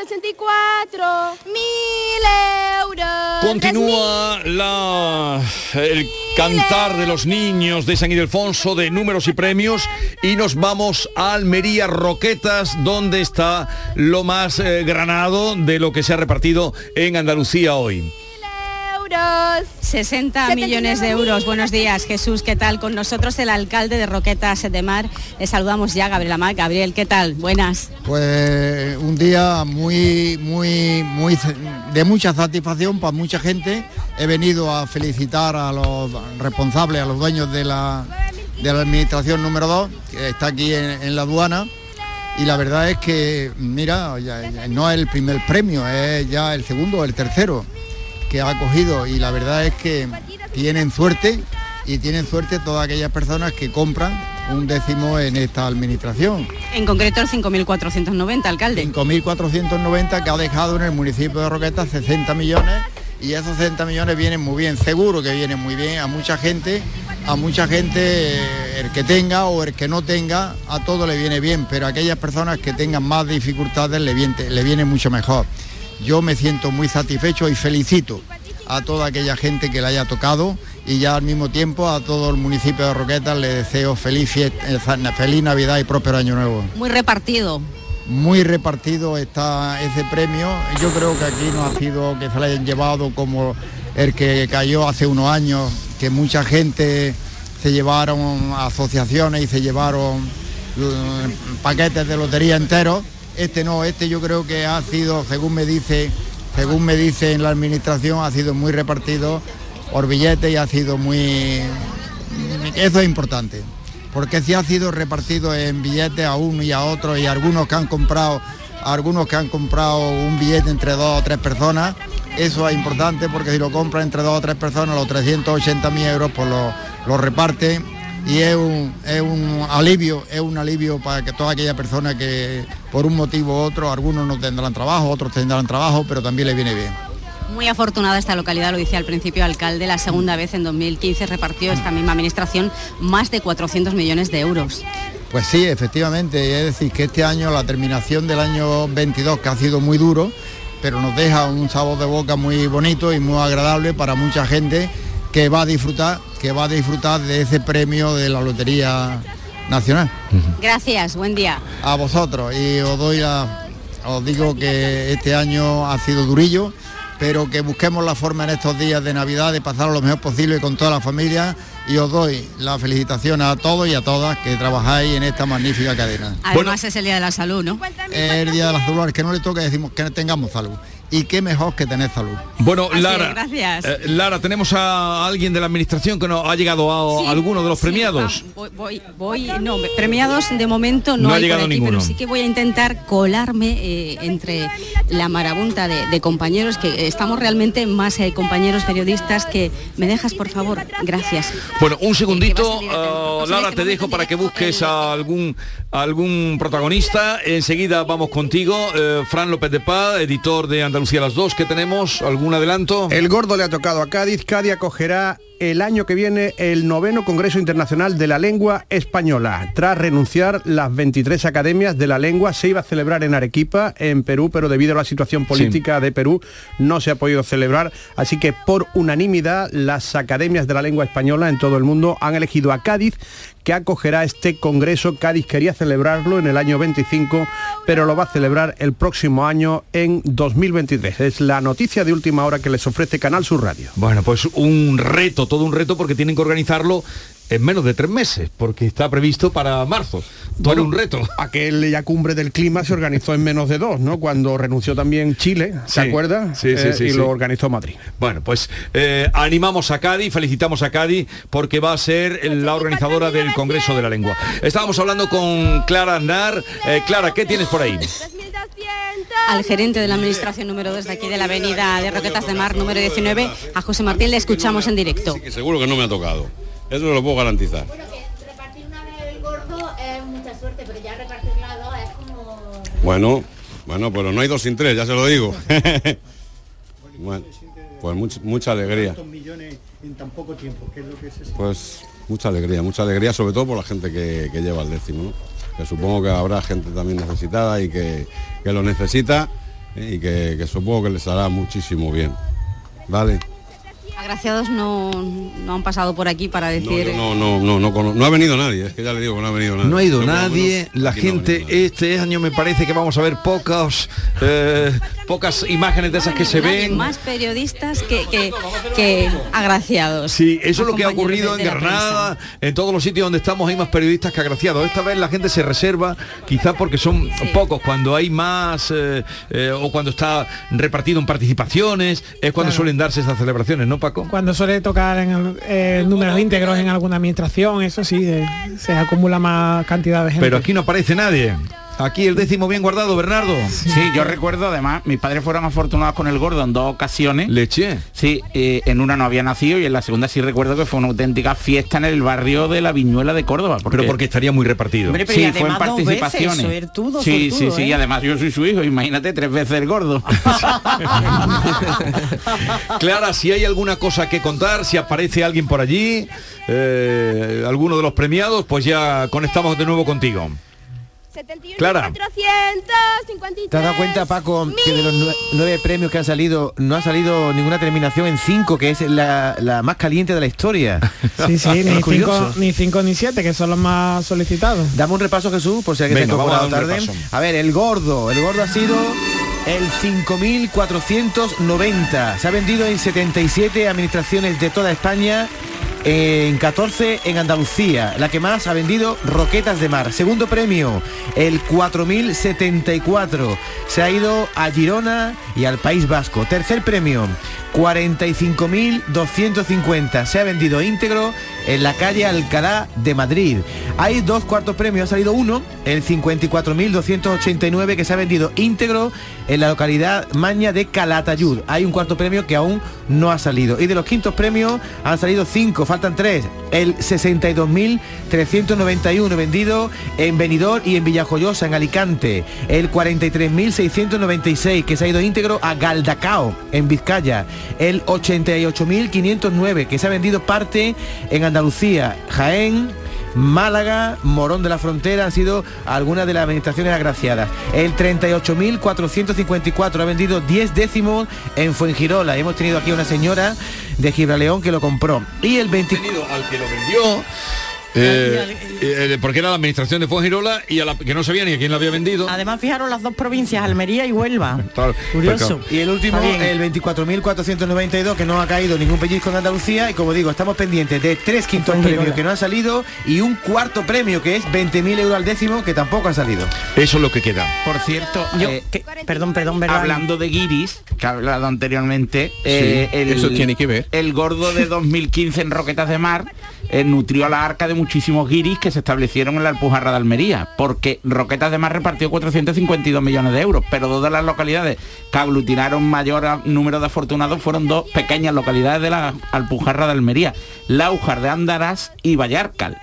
[SPEAKER 16] 64 mil euros.
[SPEAKER 3] Continúa la, el cantar de los niños de San Ildefonso de números y premios y nos vamos a Almería Roquetas donde está lo más eh, granado de lo que se ha repartido en Andalucía hoy.
[SPEAKER 17] 60 millones de euros. Buenos días, Jesús. ¿Qué tal? Con nosotros el alcalde de Roquetas de Mar. Le saludamos ya, Gabriel Amar. Gabriel, ¿qué tal? Buenas.
[SPEAKER 18] Pues un día muy, muy, muy de mucha satisfacción para mucha gente. He venido a felicitar a los responsables, a los dueños de la, de la administración número 2, que está aquí en, en la aduana. Y la verdad es que, mira, ya- ya no es el primer premio, es ya el segundo, el tercero que ha cogido y la verdad es que tienen suerte y tienen suerte todas aquellas personas que compran un décimo en esta administración.
[SPEAKER 17] En concreto el 5.490, alcalde.
[SPEAKER 18] 5.490 que ha dejado en el municipio de Roquetas 60 millones y esos 60 millones vienen muy bien, seguro que vienen muy bien a mucha gente, a mucha gente eh, el que tenga o el que no tenga, a todo le viene bien, pero a aquellas personas que tengan más dificultades le viene, le viene mucho mejor. Yo me siento muy satisfecho y felicito a toda aquella gente que le haya tocado y ya al mismo tiempo a todo el municipio de Roquetas le deseo feliz, fiesta- feliz Navidad y próspero año nuevo
[SPEAKER 17] Muy repartido.
[SPEAKER 18] muy repartido está ese premio. Yo creo que aquí no ha sido que se lo hayan llevado como el que cayó hace unos años, que mucha gente se llevaron a asociaciones y se llevaron eh, paquetes de lotería enteros. Este no, este yo creo que ha sido, según me dice, según me dice en la administración, ha sido muy repartido por billetes y ha sido muy. mm, Eso es importante porque si ha sido repartido en billetes a uno y a otro y algunos que han comprado algunos que han comprado un billete entre dos o tres personas eso es importante porque si lo compra entre dos o tres personas los 380 mil euros pues lo, lo reparte y es un, es un alivio es un alivio para que toda aquella persona que por un motivo u otro algunos no tendrán trabajo otros tendrán trabajo pero también le viene bien
[SPEAKER 17] Muy afortunada esta localidad, lo decía al principio alcalde, la segunda vez en 2015 repartió esta misma administración más de 400 millones de euros.
[SPEAKER 18] Pues sí, efectivamente, es decir, que este año, la terminación del año 22, que ha sido muy duro, pero nos deja un sabor de boca muy bonito y muy agradable para mucha gente que va a disfrutar, que va a disfrutar de ese premio de la Lotería Nacional.
[SPEAKER 17] Gracias, buen día.
[SPEAKER 18] A vosotros y os doy la, os digo que este año ha sido durillo, pero que busquemos la forma en estos días de Navidad de pasar lo mejor posible con toda la familia y os doy la felicitación a todos y a todas que trabajáis en esta magnífica cadena.
[SPEAKER 17] Además es el Día de la Salud, ¿no?
[SPEAKER 18] el día de la celular que no le toca decimos que tengamos salud y qué mejor que tener salud.
[SPEAKER 3] Bueno,
[SPEAKER 18] Así es,
[SPEAKER 3] Lara,
[SPEAKER 17] gracias.
[SPEAKER 3] eh, Lara, tenemos a alguien de la administración que nos ha llegado a, alguno de los premiados.
[SPEAKER 17] ah, Voy, voy, voy- no, premiados de momento no,
[SPEAKER 3] No ha
[SPEAKER 17] hay por
[SPEAKER 3] llegado
[SPEAKER 17] aquí,
[SPEAKER 3] ninguno.
[SPEAKER 17] pero sí que voy a intentar colarme eh, entre la marabunta de, de compañeros, que estamos realmente más eh, compañeros periodistas que me dejas, por favor, gracias.
[SPEAKER 3] Bueno, un segundito, uh, Lara, te dejo para que busques a algún, a algún protagonista. Enseguida vamos contigo. Eh, Fran López de Paz, editor de Andalucía Las Dos, que tenemos algún adelanto.
[SPEAKER 19] El gordo le ha tocado a Cádiz. Cádiz acogerá el año que viene el noveno Congreso Internacional de la Lengua Española. Tras renunciar las 23 academias de la lengua, se iba a celebrar en Arequipa, en Perú, pero debido a la situación política de Perú no se ha podido celebrar. Así que por unanimidad las academias de la lengua española en todo el mundo han elegido a Cádiz que acogerá este congreso. Cádiz quería celebrarlo en el año 25, pero lo va a celebrar el próximo año en 2023. Es la noticia de última hora que les ofrece Canal Sur Radio.
[SPEAKER 3] Bueno, pues un reto, todo un reto, porque tienen que organizarlo en menos de tres meses, porque está previsto para marzo. Todo un reto.
[SPEAKER 19] Aquel ya cumbre del clima se organizó en menos de dos, ¿no? Cuando renunció también Chile, ¿se
[SPEAKER 3] Sí,
[SPEAKER 19] acuerda?
[SPEAKER 3] sí, sí,
[SPEAKER 19] Eh,
[SPEAKER 3] sí,
[SPEAKER 19] y
[SPEAKER 3] sí.
[SPEAKER 19] lo organizó Madrid.
[SPEAKER 3] Bueno, pues eh, animamos a Cádiz, felicitamos a Cádiz porque va a ser la organizadora del Congreso de la Lengua. Estábamos hablando con Clara Aznar. Eh, Clara, ¿qué tienes por ahí?
[SPEAKER 17] al gerente de la administración número 2 de aquí de la avenida de Roquetas de Mar número 19, a José Martín, le escuchamos en directo.
[SPEAKER 20] Que seguro que no me ha tocado. Eso lo puedo garantizar. Bueno, bueno, pero no hay dos sin tres, ya se lo digo. Bueno, pues much- mucha alegría.
[SPEAKER 21] millones en tan poco tiempo? ¿Qué es lo que se
[SPEAKER 20] Pues mucha alegría, mucha alegría, sobre todo por la gente que, que lleva el décimo, ¿no? Que supongo que habrá gente también necesitada y que, que lo necesita eh, y que, que supongo que les hará muchísimo bien. ¿Vale?
[SPEAKER 17] Agraciados no, no han pasado por aquí para decir...
[SPEAKER 20] No, no, no, no, cono- no ha venido nadie, es que ya le digo que no ha venido nadie.
[SPEAKER 3] No ha ido
[SPEAKER 20] Yo por lo
[SPEAKER 3] nadie,
[SPEAKER 20] menos
[SPEAKER 3] la
[SPEAKER 20] aquí no ha
[SPEAKER 3] gente, este año me parece que vamos a ver pocas, eh, pocas imágenes de esas que se
[SPEAKER 17] Nadie
[SPEAKER 3] ven.
[SPEAKER 17] más periodistas que, que, que agraciados.
[SPEAKER 3] Sí, eso es lo que ha ocurrido
[SPEAKER 17] Compañeros de-
[SPEAKER 3] en
[SPEAKER 17] de la
[SPEAKER 3] Granada, en todos los sitios donde estamos hay más periodistas que agraciados. Esta vez la gente se reserva, quizás porque son pocos, cuando hay más eh, eh, o cuando está repartido en participaciones, es cuando suelen darse esas celebraciones, ¿no Paco?
[SPEAKER 9] Cuando suele tocar en el- eh, números íntegros en alguna administración, eso sí, eh, se acumula más cantidad de gente.
[SPEAKER 3] Pero aquí no aparece nadie. Aquí el décimo bien guardado, Bernardo.
[SPEAKER 22] Sí, yo recuerdo además, mis padres fueron afortunados con el gordo en dos ocasiones.
[SPEAKER 3] Leche.
[SPEAKER 22] Sí, eh, en una no había nacido y en la segunda sí recuerdo que fue una auténtica fiesta en el barrio de la Viñuela de Córdoba.
[SPEAKER 3] Pero porque estaría muy repartido.
[SPEAKER 22] Sí,
[SPEAKER 3] Hombre, pero y
[SPEAKER 22] fue en
[SPEAKER 3] además dos veces,
[SPEAKER 22] participaciones.
[SPEAKER 3] suertudo,
[SPEAKER 22] sí,
[SPEAKER 3] suertudo,
[SPEAKER 22] sí, sí,
[SPEAKER 3] ¿eh?
[SPEAKER 22] y además yo soy su hijo, imagínate, tres veces el gordo.
[SPEAKER 3] Clara, si hay alguna cosa que contar, si aparece alguien por allí, eh, alguno de los premiados, pues ya conectamos de nuevo contigo. Clara.
[SPEAKER 16] 453.
[SPEAKER 4] ¿Te has dado cuenta, Paco, que de los nue- nueve premios que han salido, no ha salido ninguna terminación en cinco, que es la, la más caliente de la historia?
[SPEAKER 9] Sí, sí, ni cinco,
[SPEAKER 4] Ah, Curioso.
[SPEAKER 9] ni cinco ni siete, que son los más solicitados.
[SPEAKER 4] Dame un repaso, Jesús, por si alguien
[SPEAKER 9] Venga,
[SPEAKER 4] se ha
[SPEAKER 9] vamos a
[SPEAKER 4] incorporado
[SPEAKER 9] dar un
[SPEAKER 4] tarde.
[SPEAKER 9] repaso.
[SPEAKER 4] A ver, el gordo. El gordo ha sido el 5.490. Se ha vendido en 77 administraciones de toda España. En 14 en Andalucía, la que más ha vendido Roquetas de Mar. Segundo premio, el 4074. Se ha ido a Girona y al País Vasco. Tercer premio, 45.250. Se ha vendido íntegro en la calle Alcalá de Madrid. Hay dos cuartos premios, ha salido uno, el 54.289 que se ha vendido íntegro en la localidad Maña de Calatayud. Hay un cuarto premio que aún no ha salido. Y de los quintos premios han salido cinco, faltan tres. El 62.391 vendido en Benidorm y en Villajoyosa, en Alicante. El 43.696 que se ha ido íntegro a Galdacao, en Vizcaya. El 88.509 que se ha vendido parte en Andalucía, Jaén, Málaga, Morón de la Frontera han sido algunas de las administraciones agraciadas. El 38.454 ha vendido 10 décimos en Fuengirola. Hemos tenido aquí una señora de Gibraleón que lo compró. Y el 20...
[SPEAKER 3] al que lo vendió. Eh, eh, porque era la administración de Fuengirola y a la, que no sabía ni a quién la había vendido.
[SPEAKER 8] Además fijaron las dos provincias, Almería y Huelva.
[SPEAKER 3] Claro,
[SPEAKER 8] Curioso.
[SPEAKER 3] porque-
[SPEAKER 4] Y el último,
[SPEAKER 8] Está bien.
[SPEAKER 4] el 24.492, que no ha caído ningún pellizco en Andalucía. Y como digo, estamos pendientes de tres quintos premios que no han salido y un cuarto premio, que es 20.000 euros al décimo, que tampoco han salido.
[SPEAKER 3] Eso es lo que queda.
[SPEAKER 22] Por cierto, eh,
[SPEAKER 8] perdón, perdón, perdón.
[SPEAKER 22] hablando de guiris, que he hablado anteriormente, eh,
[SPEAKER 23] eso tiene que ver.
[SPEAKER 22] El gordo de 2015 en Roquetas de Mar eh, nutrió la arca de muchísimos guiris que se establecieron en la Alpujarra de Almería, porque Roquetas de Mar repartió 452 millones de euros, pero dos de las localidades que aglutinaron mayor a- número de afortunados fueron dos pequeñas localidades de la Alpujarra de Almería, Laujar de Andaras y Vallarcal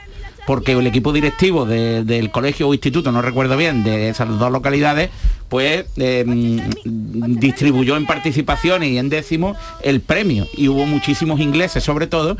[SPEAKER 22] porque el equipo directivo de- del colegio o instituto, no recuerdo bien, de esas dos localidades, pues eh, mm, distribuyó en participaciones y en décimos el premio. Y hubo muchísimos ingleses, sobre todo,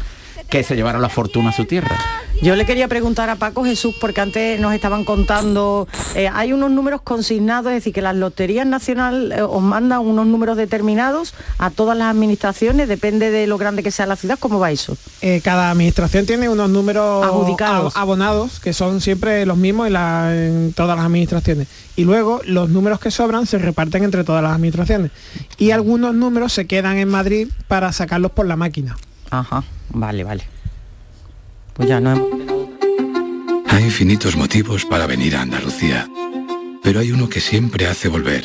[SPEAKER 22] que se llevaron la fortuna a su tierra.
[SPEAKER 8] Yo le quería preguntar a Paco Jesús, porque antes nos estaban contando, eh, hay unos números consignados, es decir, que las loterías nacionales os mandan unos números determinados a todas las administraciones, depende de lo grande que sea la ciudad, ¿cómo va eso?
[SPEAKER 9] Eh, cada administración tiene unos números
[SPEAKER 8] Adjudicados.
[SPEAKER 9] ab- abonados que son siempre los mismos en, la- en todas las administraciones. Y luego los números que sobran se reparten entre todas las administraciones. Y algunos números se quedan en Madrid para sacarlos por la máquina.
[SPEAKER 8] Ajá, vale, vale. Pues ya no
[SPEAKER 24] Hay infinitos motivos para venir a Andalucía, pero hay uno que siempre hace volver.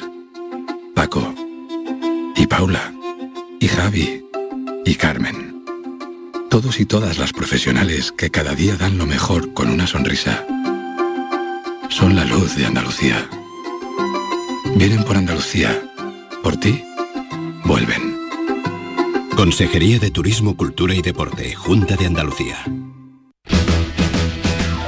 [SPEAKER 24] Paco, y Paula, y Javi, y Carmen. Todos y todas las profesionales que cada día dan lo mejor con una sonrisa. Son la luz de Andalucía. Vienen por Andalucía. Por ti, vuelven.
[SPEAKER 10] Consejería de Turismo, Cultura y Deporte, Junta de Andalucía.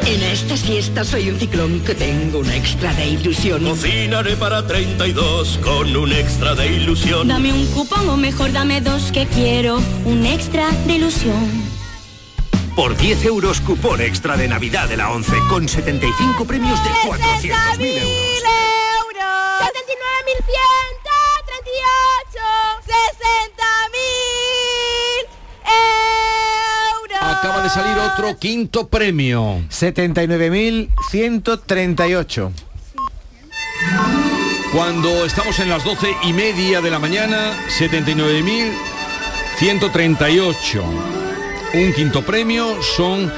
[SPEAKER 25] En estas fiestas soy un ciclón que tengo una extra de ilusión.
[SPEAKER 11] Cocinaré para 32 con un extra de ilusión.
[SPEAKER 12] Dame un cupón o mejor dame dos que quiero un extra de ilusión.
[SPEAKER 26] Por 10 euros cupón extra de Navidad de la 11 con 75 premios de 400.000
[SPEAKER 16] mil
[SPEAKER 26] euros.
[SPEAKER 16] euros. 79.138. 60.000 euros.
[SPEAKER 3] Acaba de salir otro quinto premio.
[SPEAKER 4] 79.138.
[SPEAKER 3] Cuando estamos en las 12 y media de la mañana, 79.138. Un quinto premio son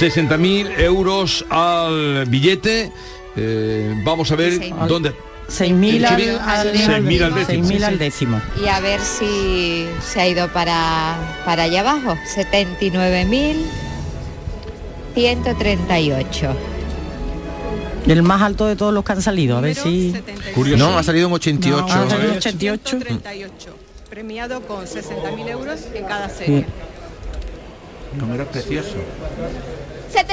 [SPEAKER 3] 60.000 euros al billete. Eh, vamos a ver
[SPEAKER 2] Seis.
[SPEAKER 3] dónde...
[SPEAKER 2] 6.000 al-
[SPEAKER 3] ¿Qué
[SPEAKER 2] al-
[SPEAKER 3] sería? 6.000 al décimo.
[SPEAKER 2] 6.000 al décimo. Y a ver si se ha ido para, para allá abajo. 79.138.
[SPEAKER 8] El más alto de todos los que han salido, a ver si...
[SPEAKER 4] Curioso. No, ha salido un 88.
[SPEAKER 8] No, ha
[SPEAKER 4] A
[SPEAKER 8] salido
[SPEAKER 4] ver.
[SPEAKER 8] 88.
[SPEAKER 27] Premiado con 60.000 euros en cada serie.
[SPEAKER 22] Número precioso.
[SPEAKER 16] 79.138. 60.000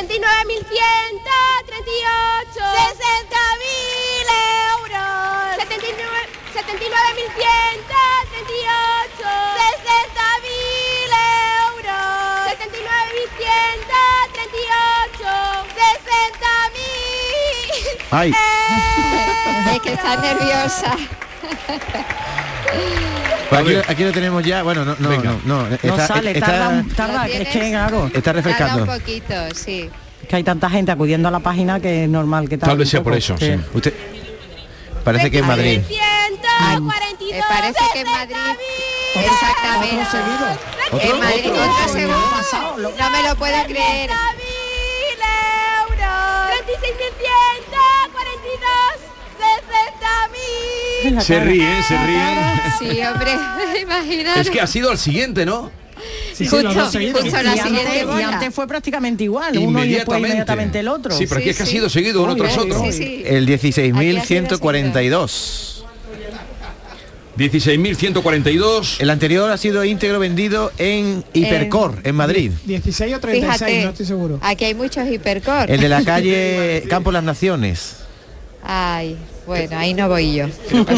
[SPEAKER 16] euros. 79 79.138. 60.000 euros. 79.138.
[SPEAKER 8] Eh.
[SPEAKER 16] 60.000.
[SPEAKER 2] Ay. es que está nerviosa.
[SPEAKER 4] pues Aquí, aquí lo tenemos ya. Bueno, no, no, no, no,
[SPEAKER 2] No
[SPEAKER 8] sale, tarda un- tarda,
[SPEAKER 2] ¿Lo
[SPEAKER 8] es que,
[SPEAKER 2] tienes?
[SPEAKER 8] claro.
[SPEAKER 4] Está refrescando.
[SPEAKER 2] Tarda un poquito, sí.
[SPEAKER 8] Es que hay tanta gente acudiendo a la página que es normal que Este, tarde
[SPEAKER 4] Tal vez
[SPEAKER 8] un
[SPEAKER 4] sea por
[SPEAKER 8] poco,
[SPEAKER 4] eso,
[SPEAKER 8] que-
[SPEAKER 4] sí. Usted parece que es Madrid.
[SPEAKER 2] Me parece que en Madrid. Exactamente.
[SPEAKER 4] ¿Otro?
[SPEAKER 2] En Madrid,
[SPEAKER 4] ¿Otro?
[SPEAKER 2] otro segundo. No me lo puedo creer.
[SPEAKER 16] 36.142. 60.000.
[SPEAKER 3] Se ríen, se ríen.
[SPEAKER 2] Sí, hombre, imagínate.
[SPEAKER 3] Es que ha sido al siguiente, ¿no?
[SPEAKER 8] y antes, y antes fue prácticamente igual, uno y después
[SPEAKER 3] Inmediatamente.
[SPEAKER 8] inmediatamente el otro.
[SPEAKER 3] Sí, pero es que ha sido seguido uno
[SPEAKER 8] Muy
[SPEAKER 3] tras
[SPEAKER 8] bien,
[SPEAKER 3] otro.
[SPEAKER 8] sí, sí.
[SPEAKER 4] El 16.142.
[SPEAKER 3] 16.142.
[SPEAKER 4] El anterior ha sido íntegro vendido en Hipercor, en Madrid.
[SPEAKER 9] 16 o
[SPEAKER 2] Eh,
[SPEAKER 9] 36,
[SPEAKER 2] Fíjate,
[SPEAKER 9] no estoy seguro.
[SPEAKER 2] aquí hay muchos hipercor.
[SPEAKER 4] El de la calle Campo Las Naciones.
[SPEAKER 2] Ay, bueno, ahí no voy yo. O sea que-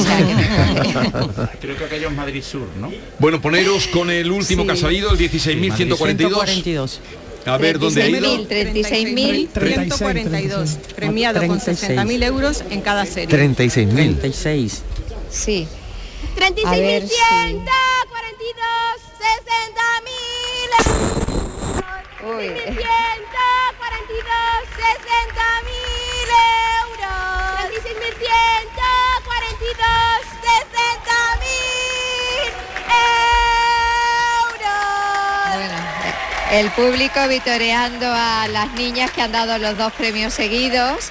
[SPEAKER 22] Creo que aquello es Madrid Sur, ¿no?
[SPEAKER 3] Bueno, poneros con el último
[SPEAKER 22] Sí.
[SPEAKER 3] que ha salido, el 16.142. A ver dónde ha ido.
[SPEAKER 2] 36.000, 36.142. Premiado con 60.000 euros en cada serie.
[SPEAKER 4] 36.000.
[SPEAKER 8] 36.
[SPEAKER 2] Sí.
[SPEAKER 16] 36.142.
[SPEAKER 2] A ver si-
[SPEAKER 16] 60.000.
[SPEAKER 2] Uy,
[SPEAKER 16] 142, 60.000 euros. 36.142, 60.000
[SPEAKER 17] eh,
[SPEAKER 16] euros.
[SPEAKER 2] El público vitoreando a las niñas que han dado los dos premios seguidos.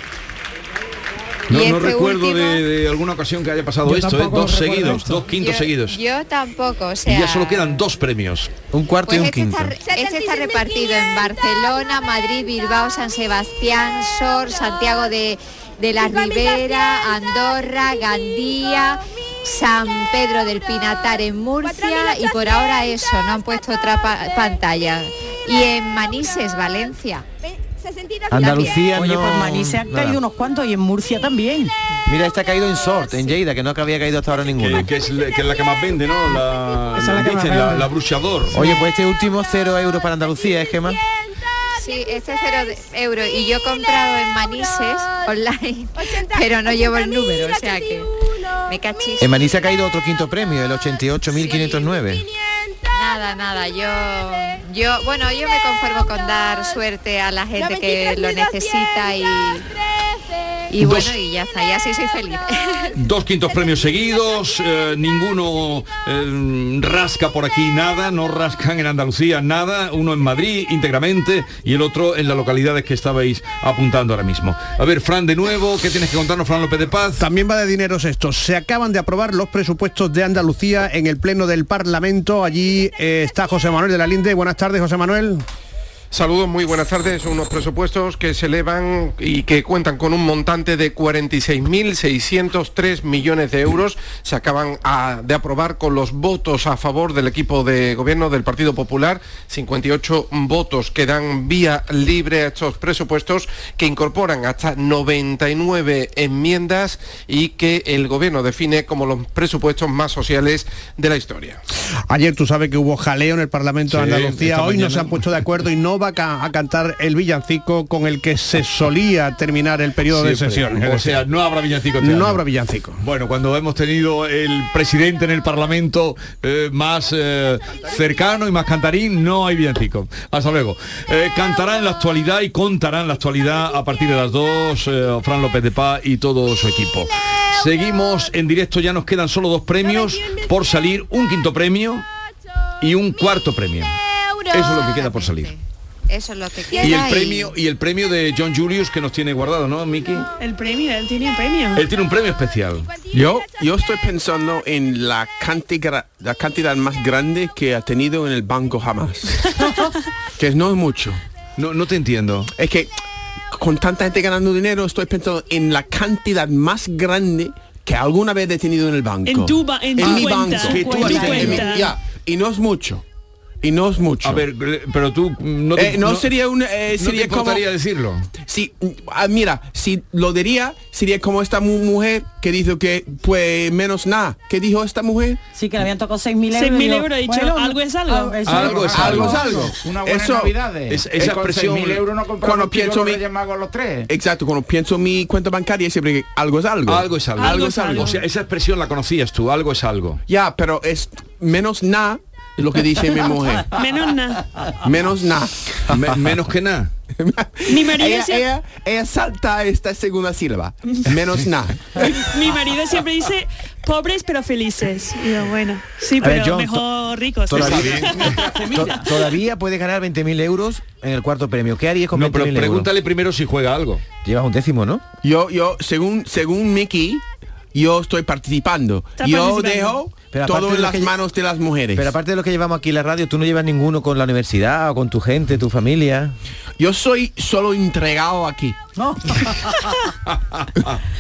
[SPEAKER 3] No,
[SPEAKER 2] Y
[SPEAKER 3] no
[SPEAKER 2] este
[SPEAKER 3] recuerdo de-
[SPEAKER 2] último-
[SPEAKER 3] de, alguna ocasión que haya pasado
[SPEAKER 4] Yo
[SPEAKER 3] esto, ¿eh?
[SPEAKER 4] tampoco
[SPEAKER 3] dos
[SPEAKER 4] recuerdo
[SPEAKER 3] seguidos,
[SPEAKER 4] esto.
[SPEAKER 3] dos quintos
[SPEAKER 2] Yo-
[SPEAKER 3] seguidos.
[SPEAKER 2] Yo tampoco, o sea.
[SPEAKER 3] y ya solo quedan dos premios.
[SPEAKER 4] Un cuarto
[SPEAKER 2] Pues este está, este está repartido en Barcelona, Madrid, Bilbao, San Sebastián, Sor, Santiago de, de la Ribera, Andorra, Gandía, San Pedro del Pinatar en Murcia y por ahora eso, no han puesto otra pa- pantalla. Y en Manises, Valencia.
[SPEAKER 4] Andalucía
[SPEAKER 8] Oye,
[SPEAKER 4] no,
[SPEAKER 8] pues Maní se han
[SPEAKER 4] nada.
[SPEAKER 8] caído unos cuantos y en Murcia también.
[SPEAKER 4] Mira, esta ha caído en Sort, en Lleida, que no había caído hasta ahora ninguna.
[SPEAKER 3] Que, que es, la- que es la que más vende, ¿no? La,
[SPEAKER 4] Esa es la que más
[SPEAKER 3] dicen, la,
[SPEAKER 4] vende.
[SPEAKER 3] la bruchador.
[SPEAKER 4] Oye, pues este último cero euros para Andalucía, ¿eh, ¿es que más?
[SPEAKER 2] Sí, este es cero de- euro y yo he comprado en Manises online, pero no llevo el número, o sea que me cachis.
[SPEAKER 4] En Maní se ha caído otro quinto premio, el 88.509.
[SPEAKER 2] Nada, nada, yo, yo, bueno, yo me conformo con dar suerte a la gente que lo necesita y, y bueno, y ya está, y así soy feliz.
[SPEAKER 3] Dos quintos premios seguidos, eh, ninguno eh, rasca por aquí nada, no rascan en Andalucía nada, uno en Madrid íntegramente y el otro en las localidades que estabais apuntando ahora mismo. A ver, Fran, de nuevo, ¿qué tienes que contarnos, Fran López de Paz?
[SPEAKER 19] También va de dineros estos. Se acaban de aprobar los presupuestos de Andalucía en el Pleno del Parlamento. Allí eh, está José Manuel de la Linde. Buenas tardes, José Manuel.
[SPEAKER 28] Saludos, muy buenas tardes. Unos presupuestos que se elevan y que cuentan con un montante de 46.603 millones de euros. Se acaban ah, de aprobar con los votos a favor del equipo de gobierno del Partido Popular. 58 votos que dan vía libre a estos presupuestos que incorporan hasta 99 enmiendas y que el gobierno define como los presupuestos más sociales de la historia.
[SPEAKER 19] Ayer tú sabes que hubo jaleo en el Parlamento de
[SPEAKER 28] Sí,
[SPEAKER 19] Andalucía,
[SPEAKER 28] esta
[SPEAKER 19] hoy no
[SPEAKER 28] mañana.
[SPEAKER 19] se han puesto de acuerdo y no va a, ca- a cantar el villancico con el que se solía terminar el periodo de
[SPEAKER 3] Siempre.
[SPEAKER 19] sesiones.
[SPEAKER 3] O sea, no habrá villancico. este
[SPEAKER 19] No
[SPEAKER 3] año.
[SPEAKER 19] habrá villancico.
[SPEAKER 3] Bueno, cuando hemos tenido el presidente en el Parlamento eh, más eh, cercano y más cantarín, no hay villancico. Hasta luego. Eh, cantarán la actualidad y contarán la actualidad a partir de las dos, eh, Fran López de Paz y todo su equipo. Seguimos en directo, ya nos quedan solo dos premios por salir, un quinto premio y un cuarto premio. Eso es lo que queda por salir.
[SPEAKER 2] Eso es lo que
[SPEAKER 3] Y el premio y el premio de John Julius que nos tiene guardado, ¿no, Miki?
[SPEAKER 2] El premio, él tiene premio.
[SPEAKER 3] Él tiene un premio especial.
[SPEAKER 7] Yo, yo estoy pensando en la cantidad, la cantidad más grande que ha tenido en el banco jamás. que no es mucho.
[SPEAKER 3] No, no te entiendo.
[SPEAKER 7] Es que con tanta gente ganando dinero, estoy pensando en la cantidad más grande que alguna vez he tenido en el banco.
[SPEAKER 10] En tu ba- en tu
[SPEAKER 7] mi
[SPEAKER 10] cuenta,
[SPEAKER 7] banco.
[SPEAKER 10] Que tú en tu has tenido. cuenta.
[SPEAKER 7] Ya, y no es mucho. Y no es mucho. A ver,
[SPEAKER 3] pero tú mm, no,
[SPEAKER 7] te,
[SPEAKER 3] te-
[SPEAKER 7] no,
[SPEAKER 3] no-
[SPEAKER 7] sería una
[SPEAKER 3] no te
[SPEAKER 7] sería como
[SPEAKER 3] importaría decirlo.
[SPEAKER 7] Sí, ah, mira, si lo diría, sería como esta mu- mujer que dijo que pues menos nada. ¿Qué dijo esta mujer?
[SPEAKER 8] Sí, que le habían tocado 6.000 euros.
[SPEAKER 7] 6.000
[SPEAKER 8] Digo,
[SPEAKER 7] euros, he dicho,
[SPEAKER 8] algo es algo.
[SPEAKER 7] Algo es algo.
[SPEAKER 22] Una buena
[SPEAKER 7] Eso-
[SPEAKER 22] Navidad. eh.
[SPEAKER 7] es- esa expresión-
[SPEAKER 22] euros no compramos
[SPEAKER 7] Cuando
[SPEAKER 22] un kilo
[SPEAKER 7] pienso
[SPEAKER 22] de
[SPEAKER 7] mi-
[SPEAKER 22] Reyes Magos los tres.
[SPEAKER 7] Eh, Exacto, cuando pienso en mi cuenta bancaria siempre que algo es algo.
[SPEAKER 3] Algo es algo.
[SPEAKER 7] Algo es algo.
[SPEAKER 3] O sea, esa expresión la conocías tú, algo es algo.
[SPEAKER 7] Ya, pero es menos nada lo que dice mi mujer.
[SPEAKER 2] Menos nada.
[SPEAKER 7] Menos nada.
[SPEAKER 3] menos que nada.
[SPEAKER 2] Mi marido
[SPEAKER 7] ella,
[SPEAKER 2] se-
[SPEAKER 7] ella- ella salta esta segunda sílaba. Menos nada.
[SPEAKER 10] Mi marido siempre dice pobres pero felices. Y yo, bueno, sí,
[SPEAKER 4] A ver,
[SPEAKER 10] pero
[SPEAKER 4] John,
[SPEAKER 10] mejor ricos.
[SPEAKER 4] To- todavía puede ganar 20.000 euros en el cuarto premio. ¿Qué harías con
[SPEAKER 7] No, pero
[SPEAKER 4] 20.000 euros?
[SPEAKER 7] pregúntale
[SPEAKER 3] primero si juega algo.
[SPEAKER 4] Llevas un décimo, ¿no?
[SPEAKER 7] Yo, yo, según, según Mickey, yo estoy participando.
[SPEAKER 4] Está
[SPEAKER 7] yo
[SPEAKER 4] participando.
[SPEAKER 7] dejo
[SPEAKER 4] Pero aparte
[SPEAKER 7] todo
[SPEAKER 4] de
[SPEAKER 7] en
[SPEAKER 4] lo
[SPEAKER 7] las
[SPEAKER 4] que-
[SPEAKER 7] manos de las mujeres.
[SPEAKER 4] Pero aparte de lo que llevamos aquí en la radio, tú no llevas ninguno con la universidad o con tu gente, tu familia.
[SPEAKER 7] Yo soy solo entregado aquí.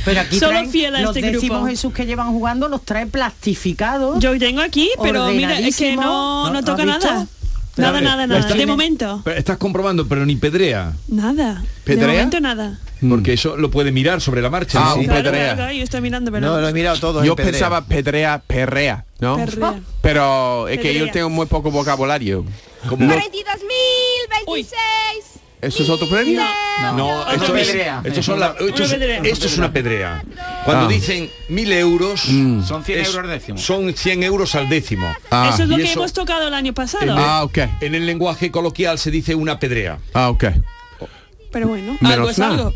[SPEAKER 8] Pero aquí
[SPEAKER 10] Solo
[SPEAKER 8] traen
[SPEAKER 10] fiel a
[SPEAKER 8] los
[SPEAKER 10] este
[SPEAKER 8] décimos
[SPEAKER 10] grupo.
[SPEAKER 8] Jesús que llevan jugando los trae plastificados.
[SPEAKER 10] Yo tengo aquí, pero mira, es que no, no, toca nada. Nada, nada, nada. De momento,
[SPEAKER 3] Pero estás comprobando, pero ni pedrea.
[SPEAKER 10] nada. De
[SPEAKER 3] ¿Pedrea?
[SPEAKER 10] momento nada.
[SPEAKER 3] Porque eso lo puede mirar sobre la marcha.
[SPEAKER 7] Mm. Ah,
[SPEAKER 3] ¿no?
[SPEAKER 7] un
[SPEAKER 10] Claro,
[SPEAKER 7] pedrea.
[SPEAKER 10] claro, yo estoy mirando, pero
[SPEAKER 7] Yo pensaba pedrea, perrea, ¿no?
[SPEAKER 10] Perrea.
[SPEAKER 7] Pero es que yo
[SPEAKER 10] Pedrea.
[SPEAKER 7] tengo muy poco vocabulario. Como no-
[SPEAKER 16] 26.
[SPEAKER 7] ¿Eso es otro premio?
[SPEAKER 3] No, esto, es, esto son la- esto es- esto es una pedrea. Cuando
[SPEAKER 7] Ah. Mm.
[SPEAKER 3] dicen mil euros, son
[SPEAKER 22] 100 euros al décimo.
[SPEAKER 3] Son 100 euros al décimo.
[SPEAKER 7] Ah.
[SPEAKER 10] eso es lo
[SPEAKER 3] Y
[SPEAKER 10] que
[SPEAKER 3] eso
[SPEAKER 10] hemos tocado el año pasado. Ah,
[SPEAKER 3] en, en el lenguaje coloquial se dice una pedrea.
[SPEAKER 7] Ah, ok.
[SPEAKER 10] Pero bueno,
[SPEAKER 3] Menos
[SPEAKER 10] algo es
[SPEAKER 3] nada.
[SPEAKER 10] algo.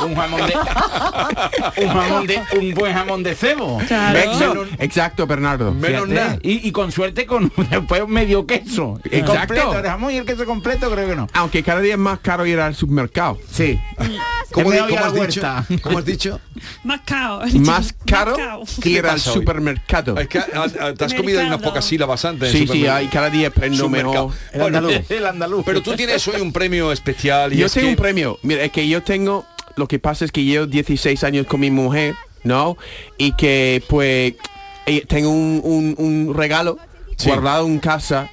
[SPEAKER 22] Un jamón de. Un jamón de. Un buen jamón de cebo.
[SPEAKER 7] Claro. Exacto, Exacto, Bernardo.
[SPEAKER 22] Fíjate. Y, y con suerte con después medio queso. El
[SPEAKER 7] Eh, Exacto.
[SPEAKER 22] completo, el jamón y el queso completo creo que no.
[SPEAKER 7] Aunque cada día es más caro ir al supermercado. Sí.
[SPEAKER 22] ¿Cómo di- cómo has dicho?
[SPEAKER 3] ¿Cómo has dicho?
[SPEAKER 10] Más cao.
[SPEAKER 7] Más caro que
[SPEAKER 3] ¿Qué
[SPEAKER 7] ir al
[SPEAKER 3] pasa hoy?
[SPEAKER 7] supermercado.
[SPEAKER 3] Es que ah, ah, te has comido unas pocas sílabas antes.
[SPEAKER 7] Sí, sí, hay cada día prendo mejor.
[SPEAKER 3] El andaluz. Pero tú tienes hoy un premio especial. Y
[SPEAKER 7] Yo
[SPEAKER 3] es
[SPEAKER 7] tengo
[SPEAKER 3] que-
[SPEAKER 7] un premio. Mira, es que yo tengo. Lo que pasa es que llevo 16 años con mi mujer, ¿no? Y que pues eh, tengo un, un- un regalo guardado en casa.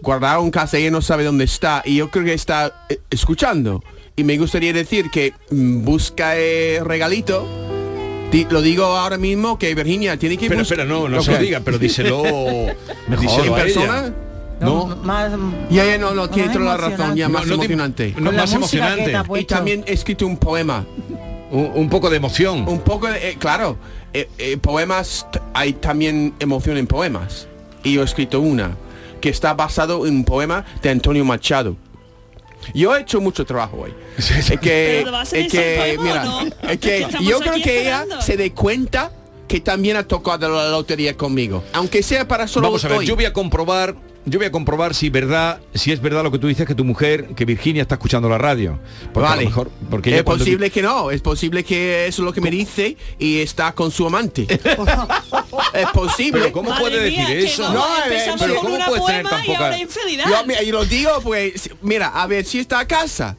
[SPEAKER 7] Guardado en casa, ella no sabe dónde está. Y yo creo que está eh, escuchando. Y me gustaría decir que mm, busca el regalito. Di- lo digo ahora mismo que Virginia tiene que
[SPEAKER 3] Pero,
[SPEAKER 7] buscar-
[SPEAKER 3] espera, no, no se lo
[SPEAKER 7] Ok.
[SPEAKER 3] diga, pero díselo.
[SPEAKER 7] Mejor.
[SPEAKER 3] díselo
[SPEAKER 7] ¿En
[SPEAKER 3] a ella.
[SPEAKER 7] persona?
[SPEAKER 3] No.
[SPEAKER 8] Más,
[SPEAKER 7] Ya, ya, no, no, tiene
[SPEAKER 8] más
[SPEAKER 7] toda la
[SPEAKER 8] emocionante.
[SPEAKER 7] razón, ya
[SPEAKER 8] No,
[SPEAKER 7] más
[SPEAKER 8] no te-
[SPEAKER 7] emocionante.
[SPEAKER 8] no, Con la más música que emocionante. te ha
[SPEAKER 7] Y
[SPEAKER 8] puesto.
[SPEAKER 7] también he escrito un poema.
[SPEAKER 3] Un, poco de emoción.
[SPEAKER 7] Un poco de, eh, claro, eh, eh, poemas, t- hay también emoción en poemas. Y yo he escrito una, que está basado en un poema de Antonio Machado. Yo he hecho mucho trabajo hoy. Es que, ¿Pero lo vas a es hacer que en San Pablo o mira, no? es que Estamos yo aquí creo que ella esperando. se dé cuenta que también ha tocado la lotería conmigo. Aunque sea para solo
[SPEAKER 3] Vamos a ver,
[SPEAKER 7] hoy.
[SPEAKER 3] yo voy a comprobar, yo voy a comprobar si verdad, si es verdad lo que tú dices que tu mujer, que Virginia está escuchando la radio. Porque a lo
[SPEAKER 7] Vale.
[SPEAKER 3] mejor- porque
[SPEAKER 7] es
[SPEAKER 3] ella cuando-
[SPEAKER 7] posible que no, es posible que eso es lo que me dice y está con su amante. es posible. eh,
[SPEAKER 3] Pero ¿cómo Madre puede decir mía, que eso? vamos, empezamos
[SPEAKER 7] pero
[SPEAKER 3] con
[SPEAKER 7] ¿cómo
[SPEAKER 3] una
[SPEAKER 7] puedes tener
[SPEAKER 3] poema
[SPEAKER 7] tan
[SPEAKER 3] y
[SPEAKER 7] poca-
[SPEAKER 3] ahora infidelidad.
[SPEAKER 7] Yo, mira, yo lo digo, pues, mira, a ver si está a casa.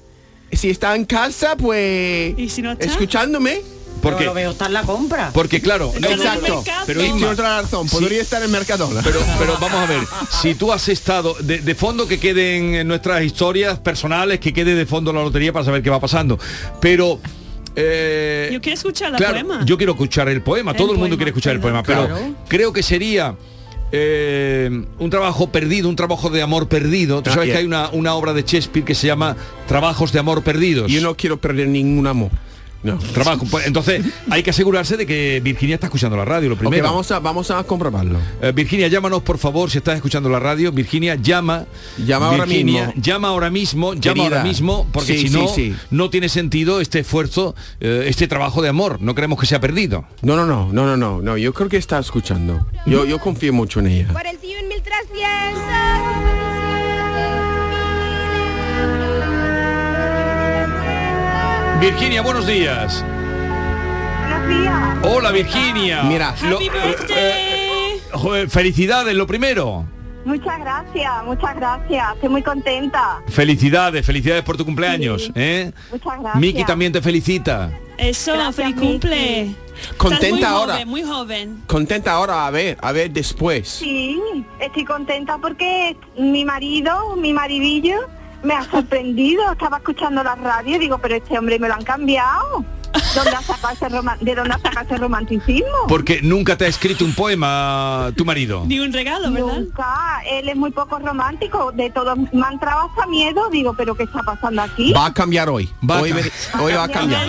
[SPEAKER 7] Si está en casa, pues, escuchándome.
[SPEAKER 3] Porque-
[SPEAKER 8] Lo veo, está en la compra.
[SPEAKER 3] Porque claro,
[SPEAKER 7] Está en el
[SPEAKER 3] exacto.
[SPEAKER 7] mercado.
[SPEAKER 3] Pues, Pero
[SPEAKER 7] Tiene
[SPEAKER 3] Inma,
[SPEAKER 7] otra razón,
[SPEAKER 3] si-
[SPEAKER 7] podría estar en Mercadona.
[SPEAKER 3] Pero, pero vamos a ver, si tú has estado, de, de fondo que queden en nuestras historias personales, que quede de fondo la lotería para saber qué va pasando. Pero eh,
[SPEAKER 29] Yo quiero escuchar la
[SPEAKER 3] claro,
[SPEAKER 29] poema.
[SPEAKER 3] yo quiero escuchar el poema,
[SPEAKER 29] El
[SPEAKER 3] todo el mundo
[SPEAKER 29] poema,
[SPEAKER 3] quiere escuchar el poema, pero
[SPEAKER 29] Claro.
[SPEAKER 3] creo que sería eh, un trabajo perdido, un trabajo de amor perdido. Tú
[SPEAKER 7] Ah,
[SPEAKER 3] sabes
[SPEAKER 7] bien.
[SPEAKER 3] que hay una, una obra de Shakespeare que se llama Trabajos de amor perdidos.
[SPEAKER 7] Yo no quiero perder ningún amor. No.
[SPEAKER 3] Trabajo. Pues, Entonces, hay que asegurarse de que Virginia está escuchando la radio, lo
[SPEAKER 7] Ok,
[SPEAKER 3] primero.
[SPEAKER 7] vamos a vamos a comprobarlo.
[SPEAKER 3] Eh, Virginia, llámanos por favor si estás escuchando la radio. Virginia, llama.
[SPEAKER 7] Llama ahora
[SPEAKER 3] Virginia,
[SPEAKER 7] mismo.
[SPEAKER 3] Llama ahora mismo, llama
[SPEAKER 7] Querida.
[SPEAKER 3] ahora mismo, porque
[SPEAKER 7] Sí,
[SPEAKER 3] si no,
[SPEAKER 7] sí, sí.
[SPEAKER 3] no tiene sentido este esfuerzo, eh, este trabajo de amor. No queremos que sea perdido.
[SPEAKER 7] No, no, no, no, no, no, no, yo creo que está escuchando. Yo yo confío mucho en ella.
[SPEAKER 16] Por el tío en 1300.
[SPEAKER 3] Virginia, buenos días. Hola Virginia.
[SPEAKER 7] Mira,
[SPEAKER 3] Lo- Joder, felicidades, lo primero.
[SPEAKER 20] Muchas gracias, muchas gracias. Estoy muy contenta.
[SPEAKER 3] Felicidades, felicidades por tu cumpleaños. ¿eh?
[SPEAKER 20] Muchas gracias.
[SPEAKER 3] Miki también te felicita.
[SPEAKER 29] Eso, feliz cumple. Estás
[SPEAKER 7] Contenta
[SPEAKER 29] muy
[SPEAKER 7] ahora.
[SPEAKER 29] Joven, muy joven.
[SPEAKER 7] Contenta ahora, a ver, a ver después.
[SPEAKER 20] Sí, estoy contenta porque mi marido, mi maridillo, me ha sorprendido. Estaba escuchando la radio y digo, pero este hombre me lo han cambiado. ¿Dónde ha sacado ese roma- ¿De dónde ha sacado ese romanticismo?
[SPEAKER 3] Porque nunca te ha escrito un poema tu marido.
[SPEAKER 29] Ni un regalo, ¿verdad?
[SPEAKER 20] Nunca, él es muy poco romántico, de todos me han entrado hasta miedo, digo, pero ¿qué está pasando aquí?
[SPEAKER 7] Va a cambiar hoy. hoy, ve- hoy va a cambiar.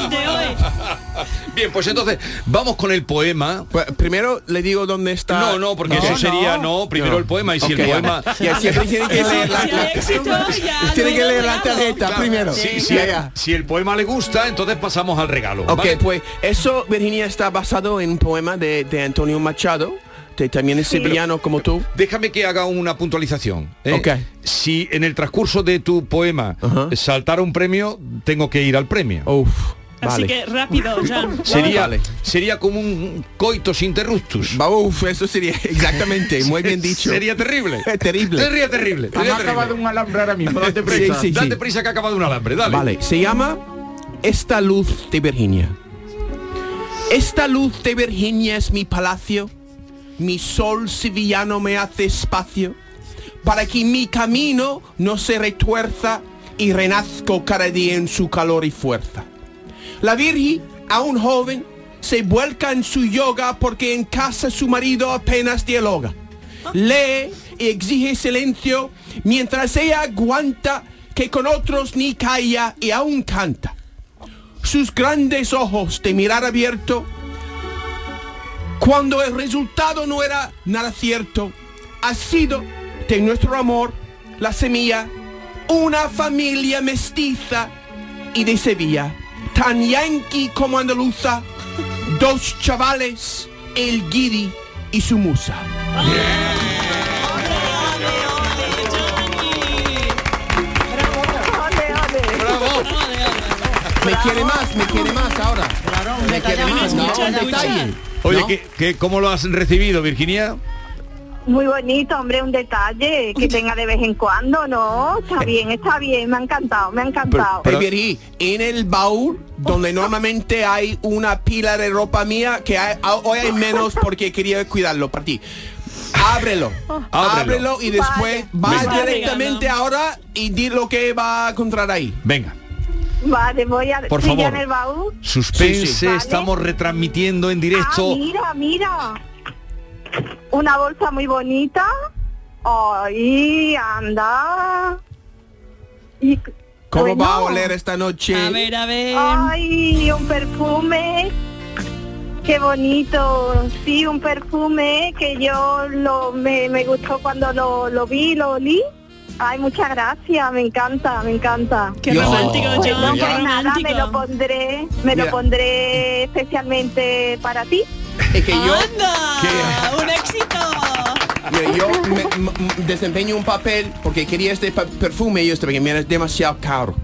[SPEAKER 3] Bien, pues entonces vamos con el poema.
[SPEAKER 7] Pues, primero le digo dónde está.
[SPEAKER 3] No, no, porque eso sería no, primero el poema y si
[SPEAKER 7] Ok,
[SPEAKER 3] el poema.
[SPEAKER 7] ya. Ya, siempre tiene que leer la- Si hay la- éxito, ya, tiene que leer la tarjeta primero.
[SPEAKER 3] Sí,
[SPEAKER 7] Sí,
[SPEAKER 3] sí,
[SPEAKER 7] ya, ya.
[SPEAKER 3] Si el poema le gusta, entonces pasamos al regalo.
[SPEAKER 7] Ok,
[SPEAKER 3] ¿vale?
[SPEAKER 7] pues eso, Virginia, está basado en un poema de, de Antonio Machado, que también es sevillano como tú.
[SPEAKER 3] Déjame que haga una puntualización. ¿eh? Si en el transcurso de tu poema saltara un premio, tengo que ir al premio.
[SPEAKER 29] Así que rápido, ya.
[SPEAKER 3] Sería,
[SPEAKER 7] Vale.
[SPEAKER 3] sería como un coitus interruptus.
[SPEAKER 7] Uf, eso sería exactamente, muy bien dicho.
[SPEAKER 3] Sería terrible.
[SPEAKER 7] Eh, terrible.
[SPEAKER 3] Sería terrible.
[SPEAKER 7] Vamos
[SPEAKER 3] sería
[SPEAKER 7] a acabar
[SPEAKER 3] terrible.
[SPEAKER 22] Un alambre ahora mismo, date
[SPEAKER 3] Sí,
[SPEAKER 22] prisa.
[SPEAKER 3] sí, sí. Date prisa que ha acabado un alambre, dale.
[SPEAKER 7] Vale, se llama Esta luz de Virginia. Esta luz de Virginia es mi palacio, mi sol sevillano me hace espacio, para que mi camino no se retuerza y renazco cada día en su calor y fuerza. La Virgen, aún joven, se vuelca en su yoga porque en casa su marido apenas dialoga. Lee y exige silencio mientras ella aguanta que con otros ni calla y aún canta. Sus grandes ojos de mirar abierto, cuando el resultado no era nada cierto, ha sido de nuestro amor la semilla, una familia mestiza y de Sevilla, tan yanqui como andaluza, dos chavales, el guiri y su musa. Me quiere más, me quiere más ahora. me quiere más, ¿no? Un detalle.
[SPEAKER 3] Oye, ¿qué, qué- cómo lo has recibido, Virginia?
[SPEAKER 20] Muy bonito, hombre, un detalle que tenga de vez en cuando, ¿no?
[SPEAKER 3] Eh.
[SPEAKER 20] Está bien, está bien, me ha encantado, me ha encantado.
[SPEAKER 7] Pero, en el baúl donde normalmente hay una pila de ropa mía que hay- a- hoy hay menos porque quería cuidarlo para ti. Ábrelo, Ah. ábrelo, y después
[SPEAKER 3] Vaya.
[SPEAKER 7] va
[SPEAKER 3] Venga.
[SPEAKER 7] directamente ahora y di lo que va a encontrar ahí.
[SPEAKER 3] Venga.
[SPEAKER 20] Vale, voy a
[SPEAKER 3] Por
[SPEAKER 20] sí, ya
[SPEAKER 3] favor.
[SPEAKER 20] en el baúl.
[SPEAKER 3] Suspense,
[SPEAKER 7] Sí, sí. Vale.
[SPEAKER 3] estamos retransmitiendo en
[SPEAKER 20] Ah,
[SPEAKER 3] directo.
[SPEAKER 20] mira, mira. Una bolsa muy bonita. Ay, anda. Y,
[SPEAKER 7] ¿Cómo
[SPEAKER 20] bueno.
[SPEAKER 7] va a oler esta noche?
[SPEAKER 20] a ver.
[SPEAKER 7] Ah.
[SPEAKER 20] Ay, un perfume. Qué bonito. Sí, un perfume que yo lo, me, me gustó cuando lo, lo vi, lo olí. Ay, muchas gracias, me encanta, me encanta.
[SPEAKER 29] Qué Yo- romántico,
[SPEAKER 20] Pues
[SPEAKER 29] John,
[SPEAKER 20] no,
[SPEAKER 29] qué
[SPEAKER 20] pues nada, me
[SPEAKER 29] romántico.
[SPEAKER 20] lo pondré, me
[SPEAKER 7] Mira.
[SPEAKER 20] lo pondré especialmente para ti.
[SPEAKER 7] Es que yo...
[SPEAKER 29] ¡Anda! ¡Un éxito!
[SPEAKER 7] Mira, yo me- m- m- desempeño un papel porque quería este pa- perfume y yo estaba que, mira, es demasiado caro.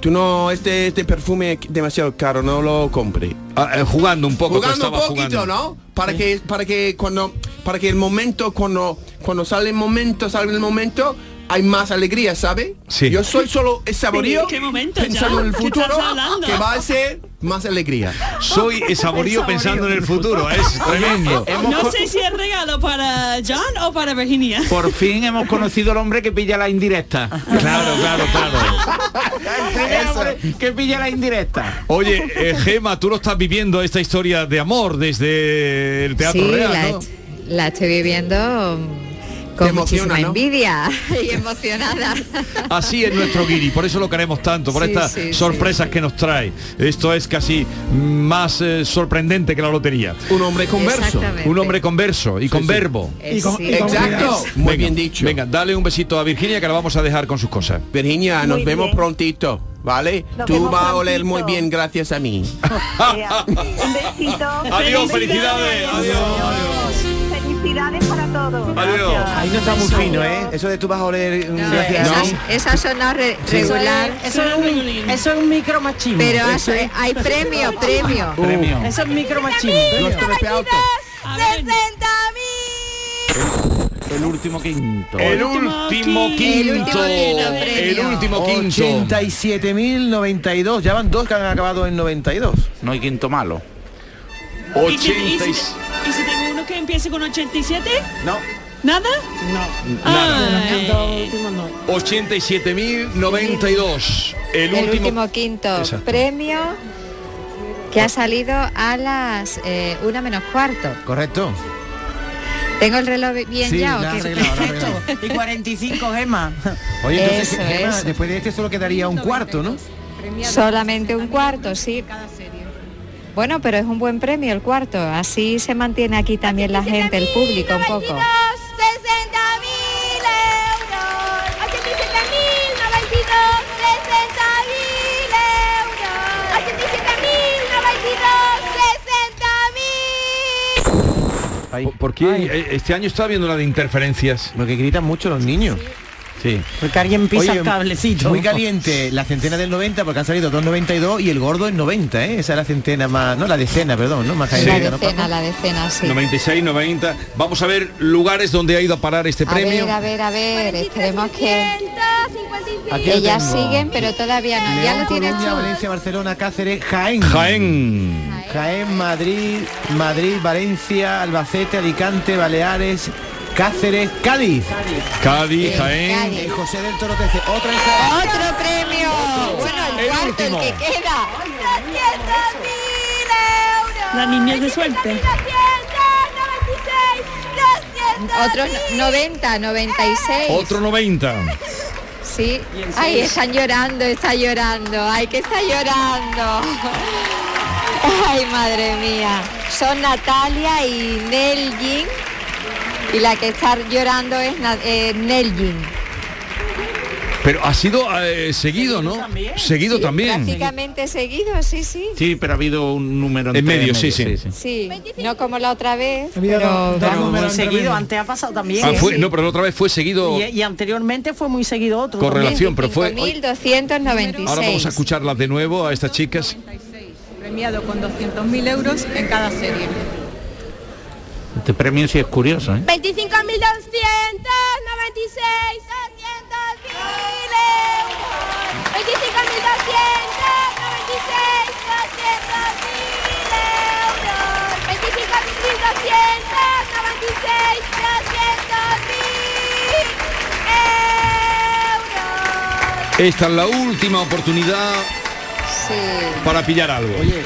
[SPEAKER 7] Tú no, este, este perfume es demasiado caro, no lo compre.
[SPEAKER 3] Ah, eh, jugando un poco, tú
[SPEAKER 7] Jugando un
[SPEAKER 3] estabas
[SPEAKER 7] poquito,
[SPEAKER 3] jugando.
[SPEAKER 7] ¿no? Para que, para que cuando, para que el momento, cuando, cuando sale el momento, sale el momento, hay más alegría, ¿sabe?
[SPEAKER 3] Sí.
[SPEAKER 7] Yo soy solo el saborío,
[SPEAKER 29] ¿Qué momento ya?
[SPEAKER 7] pensando en el
[SPEAKER 29] ¿Qué
[SPEAKER 7] futuro,
[SPEAKER 29] estás hablando?
[SPEAKER 7] que va a ser más alegría.
[SPEAKER 3] Soy el saborío pensando en el futuro, es tremendo.
[SPEAKER 29] No sé si es regalo para John o para Virginia.
[SPEAKER 22] Por fin hemos conocido al hombre que pilla la indirecta.
[SPEAKER 3] Claro, claro, claro.
[SPEAKER 22] que pilla la indirecta.
[SPEAKER 3] Oye, eh, Gema, tú lo estás viviendo esta historia de amor desde el Teatro
[SPEAKER 2] sí,
[SPEAKER 3] Real,
[SPEAKER 2] la,
[SPEAKER 3] ¿no?
[SPEAKER 2] est- la estoy viviendo mm, con muchísima envidia y emocionada.
[SPEAKER 3] Así es nuestro guiri, por eso lo queremos tanto, por
[SPEAKER 2] Sí,
[SPEAKER 3] estas
[SPEAKER 2] sí,
[SPEAKER 3] sorpresas que nos trae. Esto es casi más eh, sorprendente que la lotería.
[SPEAKER 7] Un hombre converso.
[SPEAKER 3] Exactamente. Un hombre converso y con verbo.
[SPEAKER 7] Eh, Y con- sí. y con Exacto. cuidado. Muy bien
[SPEAKER 3] dicho. Venga, dale un besito a Virginia que la vamos a dejar con sus cosas.
[SPEAKER 7] Virginia, nos
[SPEAKER 3] Muy
[SPEAKER 7] vemos
[SPEAKER 3] bien.
[SPEAKER 7] prontito, ¿vale?
[SPEAKER 3] Nos
[SPEAKER 7] Tú
[SPEAKER 3] vemos
[SPEAKER 7] vas a oler
[SPEAKER 3] prontito.
[SPEAKER 7] muy bien gracias a mí.
[SPEAKER 20] Un besito.
[SPEAKER 7] Adiós, felicidades.
[SPEAKER 20] Adiós. Felicidades para todos.
[SPEAKER 4] Ahí no está muy fino, ¿eh? Eso de tú vas a oler... mm, gracias.
[SPEAKER 2] Esa sonó re- regular.
[SPEAKER 8] Eso es, un, eso es un micromachismo.
[SPEAKER 2] Pero has- hay premio, premio.
[SPEAKER 3] Uh.
[SPEAKER 4] Premio.
[SPEAKER 8] Eso es micromachismo.
[SPEAKER 22] El último quinto.
[SPEAKER 3] El último quinto. El último quinto.
[SPEAKER 4] 87.092. Ya van dos que han acabado en 92.
[SPEAKER 22] No hay quinto malo.
[SPEAKER 29] ¿Y, si, y si- y si tengo uno que empiece con 87?
[SPEAKER 4] No.
[SPEAKER 29] ¿Nada?
[SPEAKER 3] Nada.
[SPEAKER 29] Ay.
[SPEAKER 3] 87.092. El
[SPEAKER 2] El último,
[SPEAKER 3] último.
[SPEAKER 2] quinto
[SPEAKER 3] Exacto. Oh.
[SPEAKER 2] premio que ha salido a las eh, una menos cuarto.
[SPEAKER 4] Correcto.
[SPEAKER 2] ¿Tengo el reloj bi- bien
[SPEAKER 4] Sí,
[SPEAKER 2] ya o
[SPEAKER 4] lo has
[SPEAKER 2] qué?
[SPEAKER 4] arreglado, lo has arreglado.
[SPEAKER 8] Y 45 gemas.
[SPEAKER 4] Oye, entonces,
[SPEAKER 2] Eso,
[SPEAKER 4] Gemma,
[SPEAKER 2] eso.
[SPEAKER 4] después de este solo quedaría un cuarto, ¿no?
[SPEAKER 2] Solamente un cuarto, sí. Bueno, pero es un buen premio el cuarto. Así se mantiene aquí también la gente, el público un poco.
[SPEAKER 3] ¿Por- ¿Por qué eh, este año está habiendo una de interferencias?
[SPEAKER 4] Porque gritan mucho los niños.
[SPEAKER 3] Sí.
[SPEAKER 4] Porque
[SPEAKER 8] alguien pisa el cablecito.
[SPEAKER 4] Muy caliente la centena del 90 porque han salido 2.92 y el gordo en 90, ¿eh? Esa es la centena más, no, la decena, perdón, ¿no? Más
[SPEAKER 2] La
[SPEAKER 4] caliente, ¿no?
[SPEAKER 2] decena, la decena, sí.
[SPEAKER 3] 96, 90. Vamos a ver lugares donde ha ido a parar este
[SPEAKER 2] A
[SPEAKER 3] premio.
[SPEAKER 2] ver, a ver, a ver, esperemos que,
[SPEAKER 4] Aquí
[SPEAKER 2] que
[SPEAKER 4] lo
[SPEAKER 2] ya
[SPEAKER 4] tengo.
[SPEAKER 2] siguen, pero todavía no. Ya
[SPEAKER 4] León,
[SPEAKER 2] lo tienes
[SPEAKER 4] Coruña,
[SPEAKER 2] tú.
[SPEAKER 4] Valencia, Barcelona, Cáceres, Jaén.
[SPEAKER 3] Jaén.
[SPEAKER 4] Jaén, Madrid, Madrid, Valencia, Albacete, Alicante, Baleares, Cáceres, Cádiz.
[SPEAKER 3] Cádiz, Jaén.
[SPEAKER 4] Eh, José del Toro Tece, otra en Jaén.
[SPEAKER 2] Otro premio. Bueno, el,
[SPEAKER 4] El
[SPEAKER 2] cuarto,
[SPEAKER 4] último.
[SPEAKER 2] el que queda.
[SPEAKER 29] La niña es de suerte.
[SPEAKER 2] Otro no- 90, 96.
[SPEAKER 3] Otro 90.
[SPEAKER 2] Sí. Ay, están llorando, está llorando. Ay, que está llorando. Ay, madre mía. Son Natalia y Neljin. Y la que está llorando es Na- eh, Neljin.
[SPEAKER 3] Pero ha sido eh, seguido, ¿no? Seguido
[SPEAKER 2] Sí, Prácticamente seguido, sí, sí.
[SPEAKER 22] Sí, pero ha habido un número
[SPEAKER 3] En
[SPEAKER 22] entre
[SPEAKER 3] medio, sí, sí.
[SPEAKER 2] Sí, no como la otra vez,
[SPEAKER 8] Había
[SPEAKER 2] pero
[SPEAKER 8] dos- dos
[SPEAKER 2] vamos,
[SPEAKER 8] números entre medio. antes ha pasado también. ¿eh?
[SPEAKER 3] Ah, fue- no, pero la otra vez fue seguido.
[SPEAKER 8] Y, y anteriormente fue muy seguido otro.
[SPEAKER 3] Correlación, pero fue-
[SPEAKER 2] 5.296.
[SPEAKER 3] Ahora vamos a escucharlas de nuevo a estas chicas.
[SPEAKER 17] Premiado con 200.000 euros en cada serie.
[SPEAKER 22] Este premio sí es curioso, ¿eh?
[SPEAKER 16] 25.296. 25.296.
[SPEAKER 3] Esta es la última oportunidad para pillar algo.
[SPEAKER 4] Oye,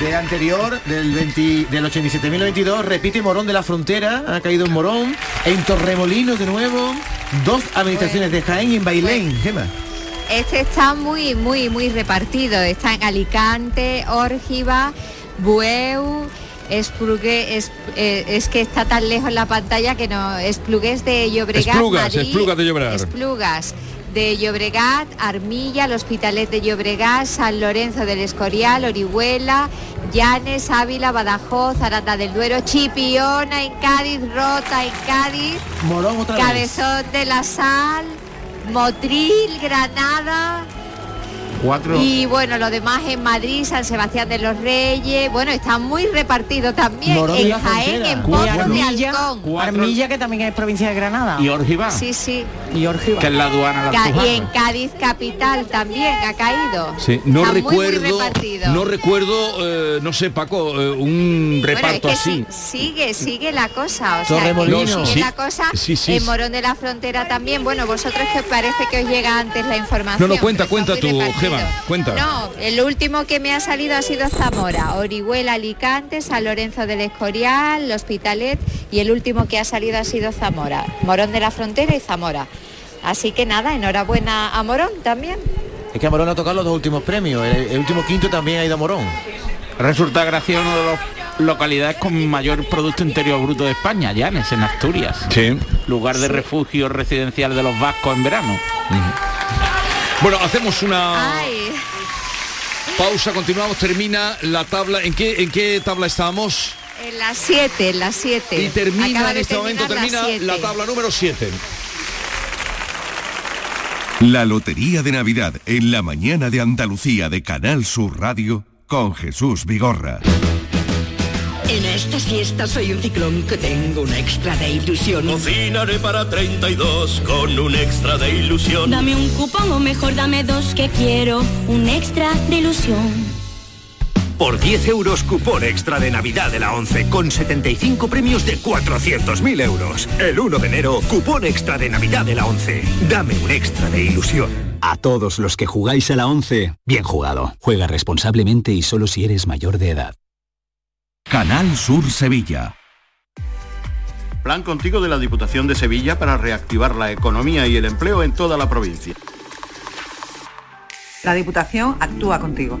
[SPEAKER 4] del anterior, del, 20 del 87.092, repite Morón de la Frontera, ha caído en Morón, en Torremolinos de nuevo, dos administraciones de Jaén y en Bailén, Gemma.
[SPEAKER 2] Este está muy, muy, muy repartido. Está en Alicante, Órgiva, Bueu, Esplugué, es, eh, es que está tan lejos la pantalla que no. Esplugués de Llobregat,
[SPEAKER 3] Esplugas,
[SPEAKER 2] Madrid,
[SPEAKER 3] Esplugas de Llobregat.
[SPEAKER 2] Esplugas de Llobregat, Armilla, el Hospitalet de Llobregat, San Lorenzo del Escorial, Orihuela, Llanes, Ávila, Badajoz, Aranda del Duero, Chipiona en Cádiz, Rota en Cádiz,
[SPEAKER 4] Morón otra vez.
[SPEAKER 2] Cabezón de la Sal, Motril, Granada,
[SPEAKER 22] Cuatro.
[SPEAKER 2] y bueno, lo demás en Madrid, San Sebastián de los Reyes, bueno, está muy repartido también
[SPEAKER 8] Morón de
[SPEAKER 2] en
[SPEAKER 8] la
[SPEAKER 2] Jaén,
[SPEAKER 8] Frontera.
[SPEAKER 2] en
[SPEAKER 22] Cuatro.
[SPEAKER 2] Pozo de
[SPEAKER 8] Armilla,
[SPEAKER 2] Alcón.
[SPEAKER 8] Armilla, que también es provincia de Granada.
[SPEAKER 22] Y Órgiva.
[SPEAKER 2] Sí, sí.
[SPEAKER 8] Y Órgiva.
[SPEAKER 22] Que es la aduana
[SPEAKER 2] Ca-
[SPEAKER 22] la
[SPEAKER 2] y en Cádiz capital también ha caído.
[SPEAKER 3] Sí, no
[SPEAKER 2] Está muy, muy
[SPEAKER 3] recuerdo,
[SPEAKER 2] repartido.
[SPEAKER 3] no recuerdo, eh, no sé Paco, eh, un
[SPEAKER 2] Bueno,
[SPEAKER 3] reparto
[SPEAKER 2] es que
[SPEAKER 3] así.
[SPEAKER 2] sí, sigue, sigue la cosa, o sea, que
[SPEAKER 3] Torremolinos.
[SPEAKER 2] sigue
[SPEAKER 3] Sí,
[SPEAKER 2] la cosa
[SPEAKER 3] sí, sí,
[SPEAKER 2] en
[SPEAKER 3] sí.
[SPEAKER 2] Morón de la Frontera también. Bueno, vosotros que parece que os llega antes la información.
[SPEAKER 3] No, no, cuenta,
[SPEAKER 2] pero está
[SPEAKER 3] cuenta
[SPEAKER 2] muy
[SPEAKER 3] tú,
[SPEAKER 2] repartido.
[SPEAKER 3] Gema, cuenta.
[SPEAKER 2] No, el último que me ha salido ha sido Zamora, Orihuela, Alicante, San Lorenzo del Escorial, Hospitalet y el último que ha salido ha sido Zamora, Morón de la Frontera y Zamora. Así que nada, enhorabuena a Morón también.
[SPEAKER 4] Es que a Morón ha tocado los dos últimos premios. El, el último quinto también ha ido a Morón.
[SPEAKER 22] Resulta Gracia una de las localidades con mayor Producto Interior Bruto de España, Llanes, en Asturias. Lugar de refugio residencial de los vascos en verano.
[SPEAKER 3] Bueno, hacemos una
[SPEAKER 2] Ay.
[SPEAKER 3] pausa, continuamos, termina la tabla. ¿En qué, en qué tabla estábamos?
[SPEAKER 2] En las 7, en las 7.
[SPEAKER 3] Y termina
[SPEAKER 2] Eh, Acaba
[SPEAKER 3] en
[SPEAKER 2] de
[SPEAKER 3] este momento,
[SPEAKER 2] terminar las
[SPEAKER 3] termina
[SPEAKER 2] siete.
[SPEAKER 3] la tabla número 7.
[SPEAKER 18] La Lotería de Navidad en la mañana de Andalucía de Canal Sur Radio con Jesús Vigorra.
[SPEAKER 25] En estas fiestas soy un ciclón que tengo una extra de ilusión.
[SPEAKER 11] Cocinaré para 32 con un extra de ilusión.
[SPEAKER 12] Dame un cupón o mejor dame dos que quiero un extra de ilusión.
[SPEAKER 26] Por 10 euros cupón extra de Navidad de la 11 con 75 premios de 400.000 euros. El 1 de enero, cupón extra de Navidad de la 11. Dame un extra de ilusión.
[SPEAKER 24] A todos los que jugáis a la 11, bien jugado. Juega responsablemente y solo si eres mayor de edad.
[SPEAKER 10] Canal Sur Sevilla.
[SPEAKER 30] Plan contigo de la Diputación de Sevilla para reactivar la economía y el empleo en toda la provincia.
[SPEAKER 27] La Diputación actúa contigo.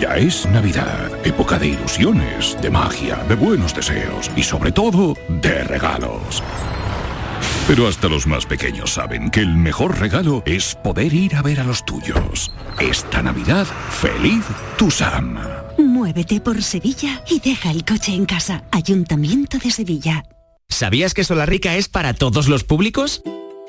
[SPEAKER 31] Ya es Navidad, época de ilusiones, de magia, de buenos deseos y sobre todo de regalos. Pero hasta los más pequeños saben que el mejor regalo es poder ir a ver a los tuyos. Esta Navidad, feliz Tusam.
[SPEAKER 32] Muévete por Sevilla y deja el coche en casa. Ayuntamiento de Sevilla.
[SPEAKER 33] ¿Sabías que Solarrica es para todos los públicos?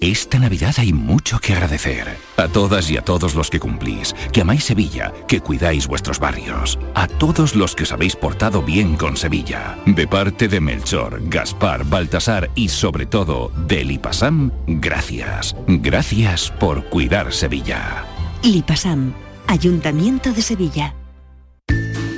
[SPEAKER 31] Esta Navidad hay mucho que agradecer. A todas y a todos los que cumplís, que amáis Sevilla, que cuidáis vuestros barrios. A todos los que os habéis portado bien con Sevilla. De parte de Melchor, Gaspar, Baltasar y sobre todo del Lipasam, gracias. Gracias por cuidar Sevilla.
[SPEAKER 32] Lipasam, Ayuntamiento de Sevilla.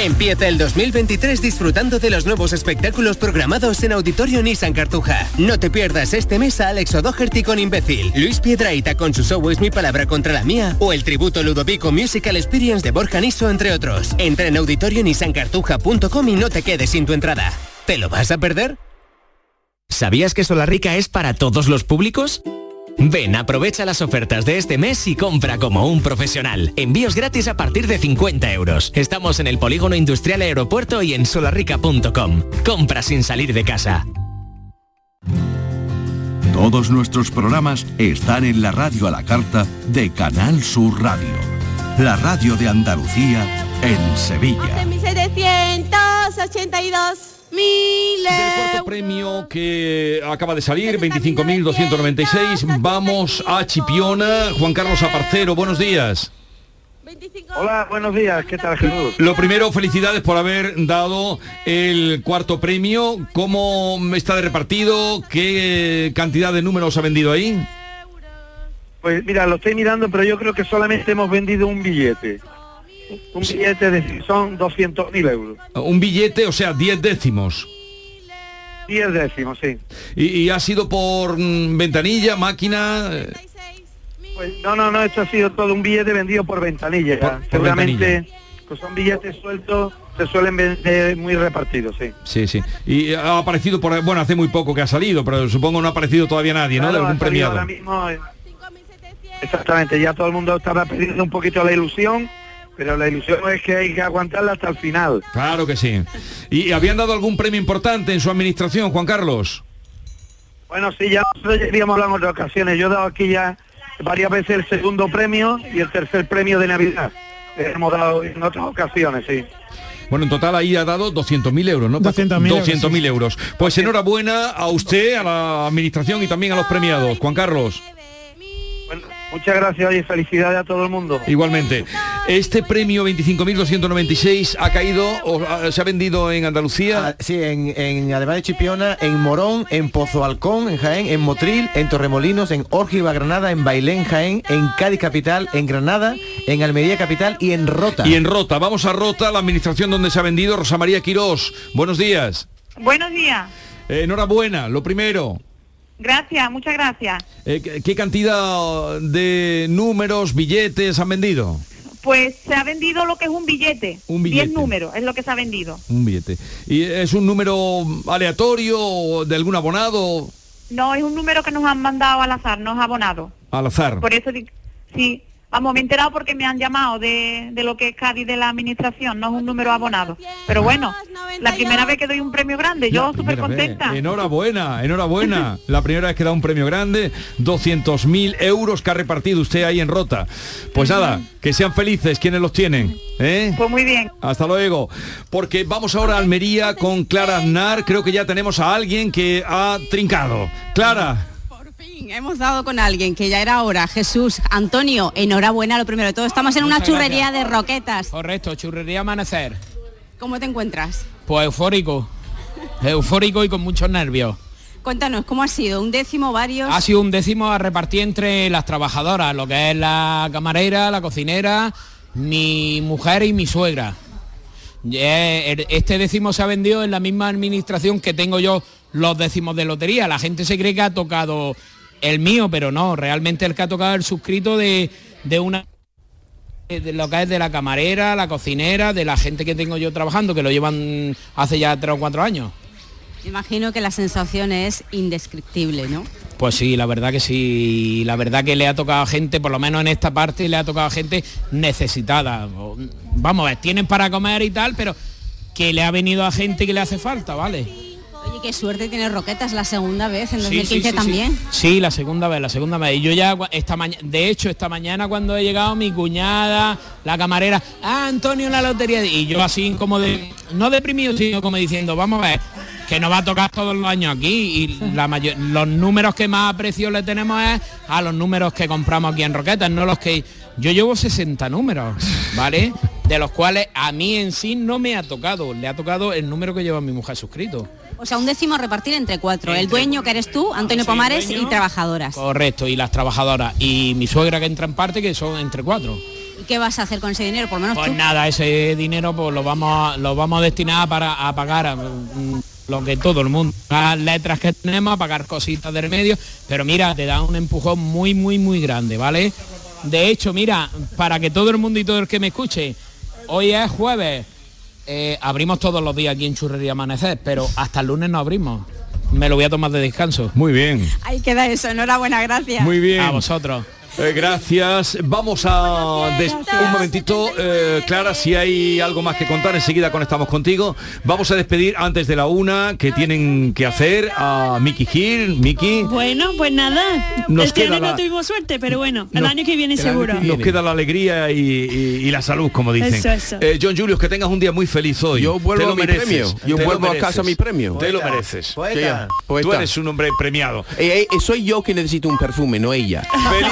[SPEAKER 33] Empieza el 2023 disfrutando de los nuevos espectáculos programados en Auditorio Nissan Cartuja. No te pierdas este mes a Alex O'Doherty con Imbécil, Luis Piedraita con Su Show es mi palabra contra la mía o el tributo Ludovico Musical Experience de Borja Niso, entre otros. Entra en auditorionissancartuja.com y no te quedes sin tu entrada. ¿Te lo vas a perder?
[SPEAKER 34] ¿Sabías que Solarrica es para todos los públicos? Ven, aprovecha las ofertas de este mes y compra como un profesional. Envíos gratis a partir de 50 euros. Estamos en el Polígono Industrial Aeropuerto y en solarrica.com. Compra sin salir de casa.
[SPEAKER 21] Todos nuestros programas están en la radio a la carta de Canal Sur Radio. La radio de Andalucía en Sevilla.
[SPEAKER 16] 782 mil
[SPEAKER 3] Cuarto premio que acaba de salir, 25.296. Vamos a Chipiona. Juan Carlos Aparcero, buenos días.
[SPEAKER 35] Hola, buenos días, ¿qué tal Jesús?
[SPEAKER 3] Lo primero, felicidades por haber dado el cuarto premio. ¿Cómo está de repartido? ¿Qué cantidad de números ha vendido ahí?
[SPEAKER 35] Pues mira, lo estoy mirando, pero yo creo que solamente hemos vendido un billete. Un billete de son 200.000 euros.
[SPEAKER 3] Ah, Un billete, o sea, 10 décimos.
[SPEAKER 35] 10 décimos, sí.
[SPEAKER 3] Y, y ha sido por mm, ventanilla, máquina. eh,
[SPEAKER 35] Pues no, no, no, esto ha sido todo un billete vendido por ventanilla. ya. Seguramente
[SPEAKER 3] ventanilla.
[SPEAKER 35] pues son billetes sueltos, se suelen vender muy repartidos, sí.
[SPEAKER 3] Sí, sí. Y ha aparecido por bueno, hace muy poco que ha salido, pero supongo no ha aparecido todavía nadie, ¿no? De
[SPEAKER 35] Claro, ha
[SPEAKER 3] algún
[SPEAKER 35] salido
[SPEAKER 3] premiado.
[SPEAKER 35] ahora mismo, eh, Exactamente, ya todo el mundo estaba perdiendo un poquito la ilusión, pero la ilusión es que hay que aguantarla hasta el final.
[SPEAKER 3] Claro que sí. ¿Y habían dado algún premio importante en su administración, Juan Carlos?
[SPEAKER 35] Bueno, sí, ya nosotros ya habíamos hablado en otras ocasiones. Yo he dado aquí ya varias veces el segundo premio y el tercer premio de Navidad. Eh, Hemos dado en otras ocasiones, sí.
[SPEAKER 3] Bueno, en total ahí ha dado 200.000 euros, ¿no?
[SPEAKER 35] 200.000 euros,
[SPEAKER 3] 200.000 euros. Pues enhorabuena a usted, a la administración y también a los premiados. Juan Carlos,
[SPEAKER 35] Muchas gracias y felicidades a todo el mundo.
[SPEAKER 3] igualmente. Este premio 25.296 ha caído, o, ah, se ha vendido en Andalucía.
[SPEAKER 4] Ah, sí, en, en además de Chipiona, en Morón, en Pozo Alcón, en Jaén, en Motril, en Torremolinos, en Órgiva, Granada, en Bailén, Jaén, en Cádiz Capital, en Granada, en Almería Capital y en Rota.
[SPEAKER 3] Y en Rota, vamos a Rota, la administración donde se ha vendido, Rosa María Quirós. Buenos días.
[SPEAKER 27] Buenos días.
[SPEAKER 3] Eh, enhorabuena, lo primero.
[SPEAKER 27] Gracias, muchas gracias.
[SPEAKER 3] Eh, ¿qué- ¿Qué cantidad de números, billetes han vendido?
[SPEAKER 27] Pues se ha vendido lo que es un billete.
[SPEAKER 3] Un billete.
[SPEAKER 27] Diez números es lo que se ha vendido.
[SPEAKER 3] Un billete. ¿Y es un número aleatorio o de algún abonado
[SPEAKER 27] No, es un número que nos han mandado al azar, no es abonado.
[SPEAKER 3] al azar?
[SPEAKER 27] Por eso, di- sí, vamos, me he enterado porque me han llamado de, de lo que es Cádiz de la administración, no es un número abonado. Pero bueno, la primera vez que doy un premio grande, yo súper
[SPEAKER 3] Primera vez.
[SPEAKER 27] contenta.
[SPEAKER 3] Enhorabuena, enhorabuena. La primera vez que da un premio grande, 200.000 euros que ha repartido usted ahí en Rota. Pues nada, que sean felices quienes los tienen. ¿eh?
[SPEAKER 27] Pues muy bien.
[SPEAKER 3] Hasta luego. Porque vamos ahora a Almería con Clara Aznar. Creo que ya tenemos a alguien que ha trincado. Clara.
[SPEAKER 17] Hemos dado con alguien que ya era hora. Jesús, Antonio, enhorabuena, lo primero de todo. Estamos en una
[SPEAKER 29] Muchas
[SPEAKER 17] churrería de roquetas.
[SPEAKER 29] Correcto, churrería amanecer.
[SPEAKER 17] ¿Cómo te encuentras?
[SPEAKER 29] Pues eufórico. Eufórico y con muchos nervios.
[SPEAKER 17] Cuéntanos, ¿cómo ha sido? ¿Un décimo, varios?
[SPEAKER 29] Ha sido un décimo a repartir entre las trabajadoras, lo que es la camarera, la cocinera, mi mujer y mi suegra. Y, eh, el- Este décimo se ha vendido en la misma administración que tengo yo los décimos de lotería. La gente se cree que ha tocado el mío, pero no, realmente el que ha tocado es el suscrito de, de una de- de lo que es de la camarera, la cocinera, de la gente que tengo yo trabajando, que lo llevan hace ya tres o cuatro años.
[SPEAKER 17] Me imagino que la sensación es indescriptible, ¿no?
[SPEAKER 29] Pues sí, la verdad que sí, la verdad que le ha tocado a gente, por lo menos en esta parte, le ha tocado a gente necesitada. O, Vamos a ver, tienen para comer y tal, pero que le ha venido a gente que le hace falta, ¿vale?
[SPEAKER 17] Oye, qué suerte tiene Roquetas la segunda vez, en
[SPEAKER 29] Sí,
[SPEAKER 17] 2015
[SPEAKER 29] sí, sí, sí.
[SPEAKER 17] también.
[SPEAKER 29] Sí, la segunda vez, la segunda vez. Y yo ya cua- esta mañana, de hecho, esta mañana cuando he llegado, mi cuñada, la camarera, ah, Antonio en la lotería. Y yo así como de, no deprimido, sino como diciendo, vamos a ver, que nos va a tocar todos los años aquí. Y la mayor, los números que más aprecio le tenemos es a los números que compramos aquí en Roquetas, no los que. Yo llevo 60 números, ¿vale? De los cuales a mí en sí no me ha tocado. Le ha tocado el número que lleva mi mujer suscrito.
[SPEAKER 17] O sea, un décimo repartir entre cuatro. El dueño que eres tú,
[SPEAKER 29] Ah,
[SPEAKER 17] Antonio Pomares y trabajadoras.
[SPEAKER 29] Correcto, y las trabajadoras. Y mi suegra que entra en parte, que son entre cuatro.
[SPEAKER 17] ¿Y qué vas a hacer con ese dinero? Por lo menos
[SPEAKER 29] Pues
[SPEAKER 17] ¿Ah, tú.
[SPEAKER 29] nada, ese dinero pues lo vamos a, lo vamos a destinar para a pagar a, mm, lo que todo el mundo. Las letras que tenemos, a pagar cositas del medio. Pero mira, te da un empujón muy, muy, muy grande, ¿vale? De hecho, mira, para que todo el mundo y todo el que me escuche, hoy es jueves. Eh, abrimos todos los días aquí en Churrería Amanecer, pero hasta el lunes no abrimos. Me lo voy a tomar de descanso.
[SPEAKER 3] Muy bien.
[SPEAKER 17] Ahí queda eso. Enhorabuena, gracias.
[SPEAKER 3] Muy bien.
[SPEAKER 29] A vosotros.
[SPEAKER 3] Eh, gracias. Vamos a des- un momentito, eh, Clara, si hay algo más que contar, enseguida conectamos contigo. Vamos a despedir antes de la una que tienen que hacer a Miki Gil, Miki.
[SPEAKER 10] Bueno, pues nada.
[SPEAKER 3] Nos
[SPEAKER 10] este
[SPEAKER 3] queda
[SPEAKER 10] año
[SPEAKER 3] la-
[SPEAKER 10] no tuvimos suerte, pero bueno, el
[SPEAKER 3] Nos-
[SPEAKER 10] año que viene seguro.
[SPEAKER 3] Nos queda la alegría y, y- y la salud, como dicen.
[SPEAKER 10] Eso, eso.
[SPEAKER 3] Eh, John Julius, que tengas un día muy feliz hoy.
[SPEAKER 7] Yo vuelvo
[SPEAKER 3] Te lo
[SPEAKER 7] a mi
[SPEAKER 3] mereces.
[SPEAKER 7] premio. Yo
[SPEAKER 3] Te lo
[SPEAKER 7] vuelvo a casa
[SPEAKER 3] mereces.
[SPEAKER 7] a mi premio.
[SPEAKER 3] Te lo
[SPEAKER 7] Poeta,
[SPEAKER 3] mereces.
[SPEAKER 7] poeta.
[SPEAKER 3] Que ya. Tú
[SPEAKER 7] Poeta.
[SPEAKER 3] eres un hombre premiado.
[SPEAKER 7] Eh, eh, soy yo que necesito un perfume, no ella.
[SPEAKER 3] Feliz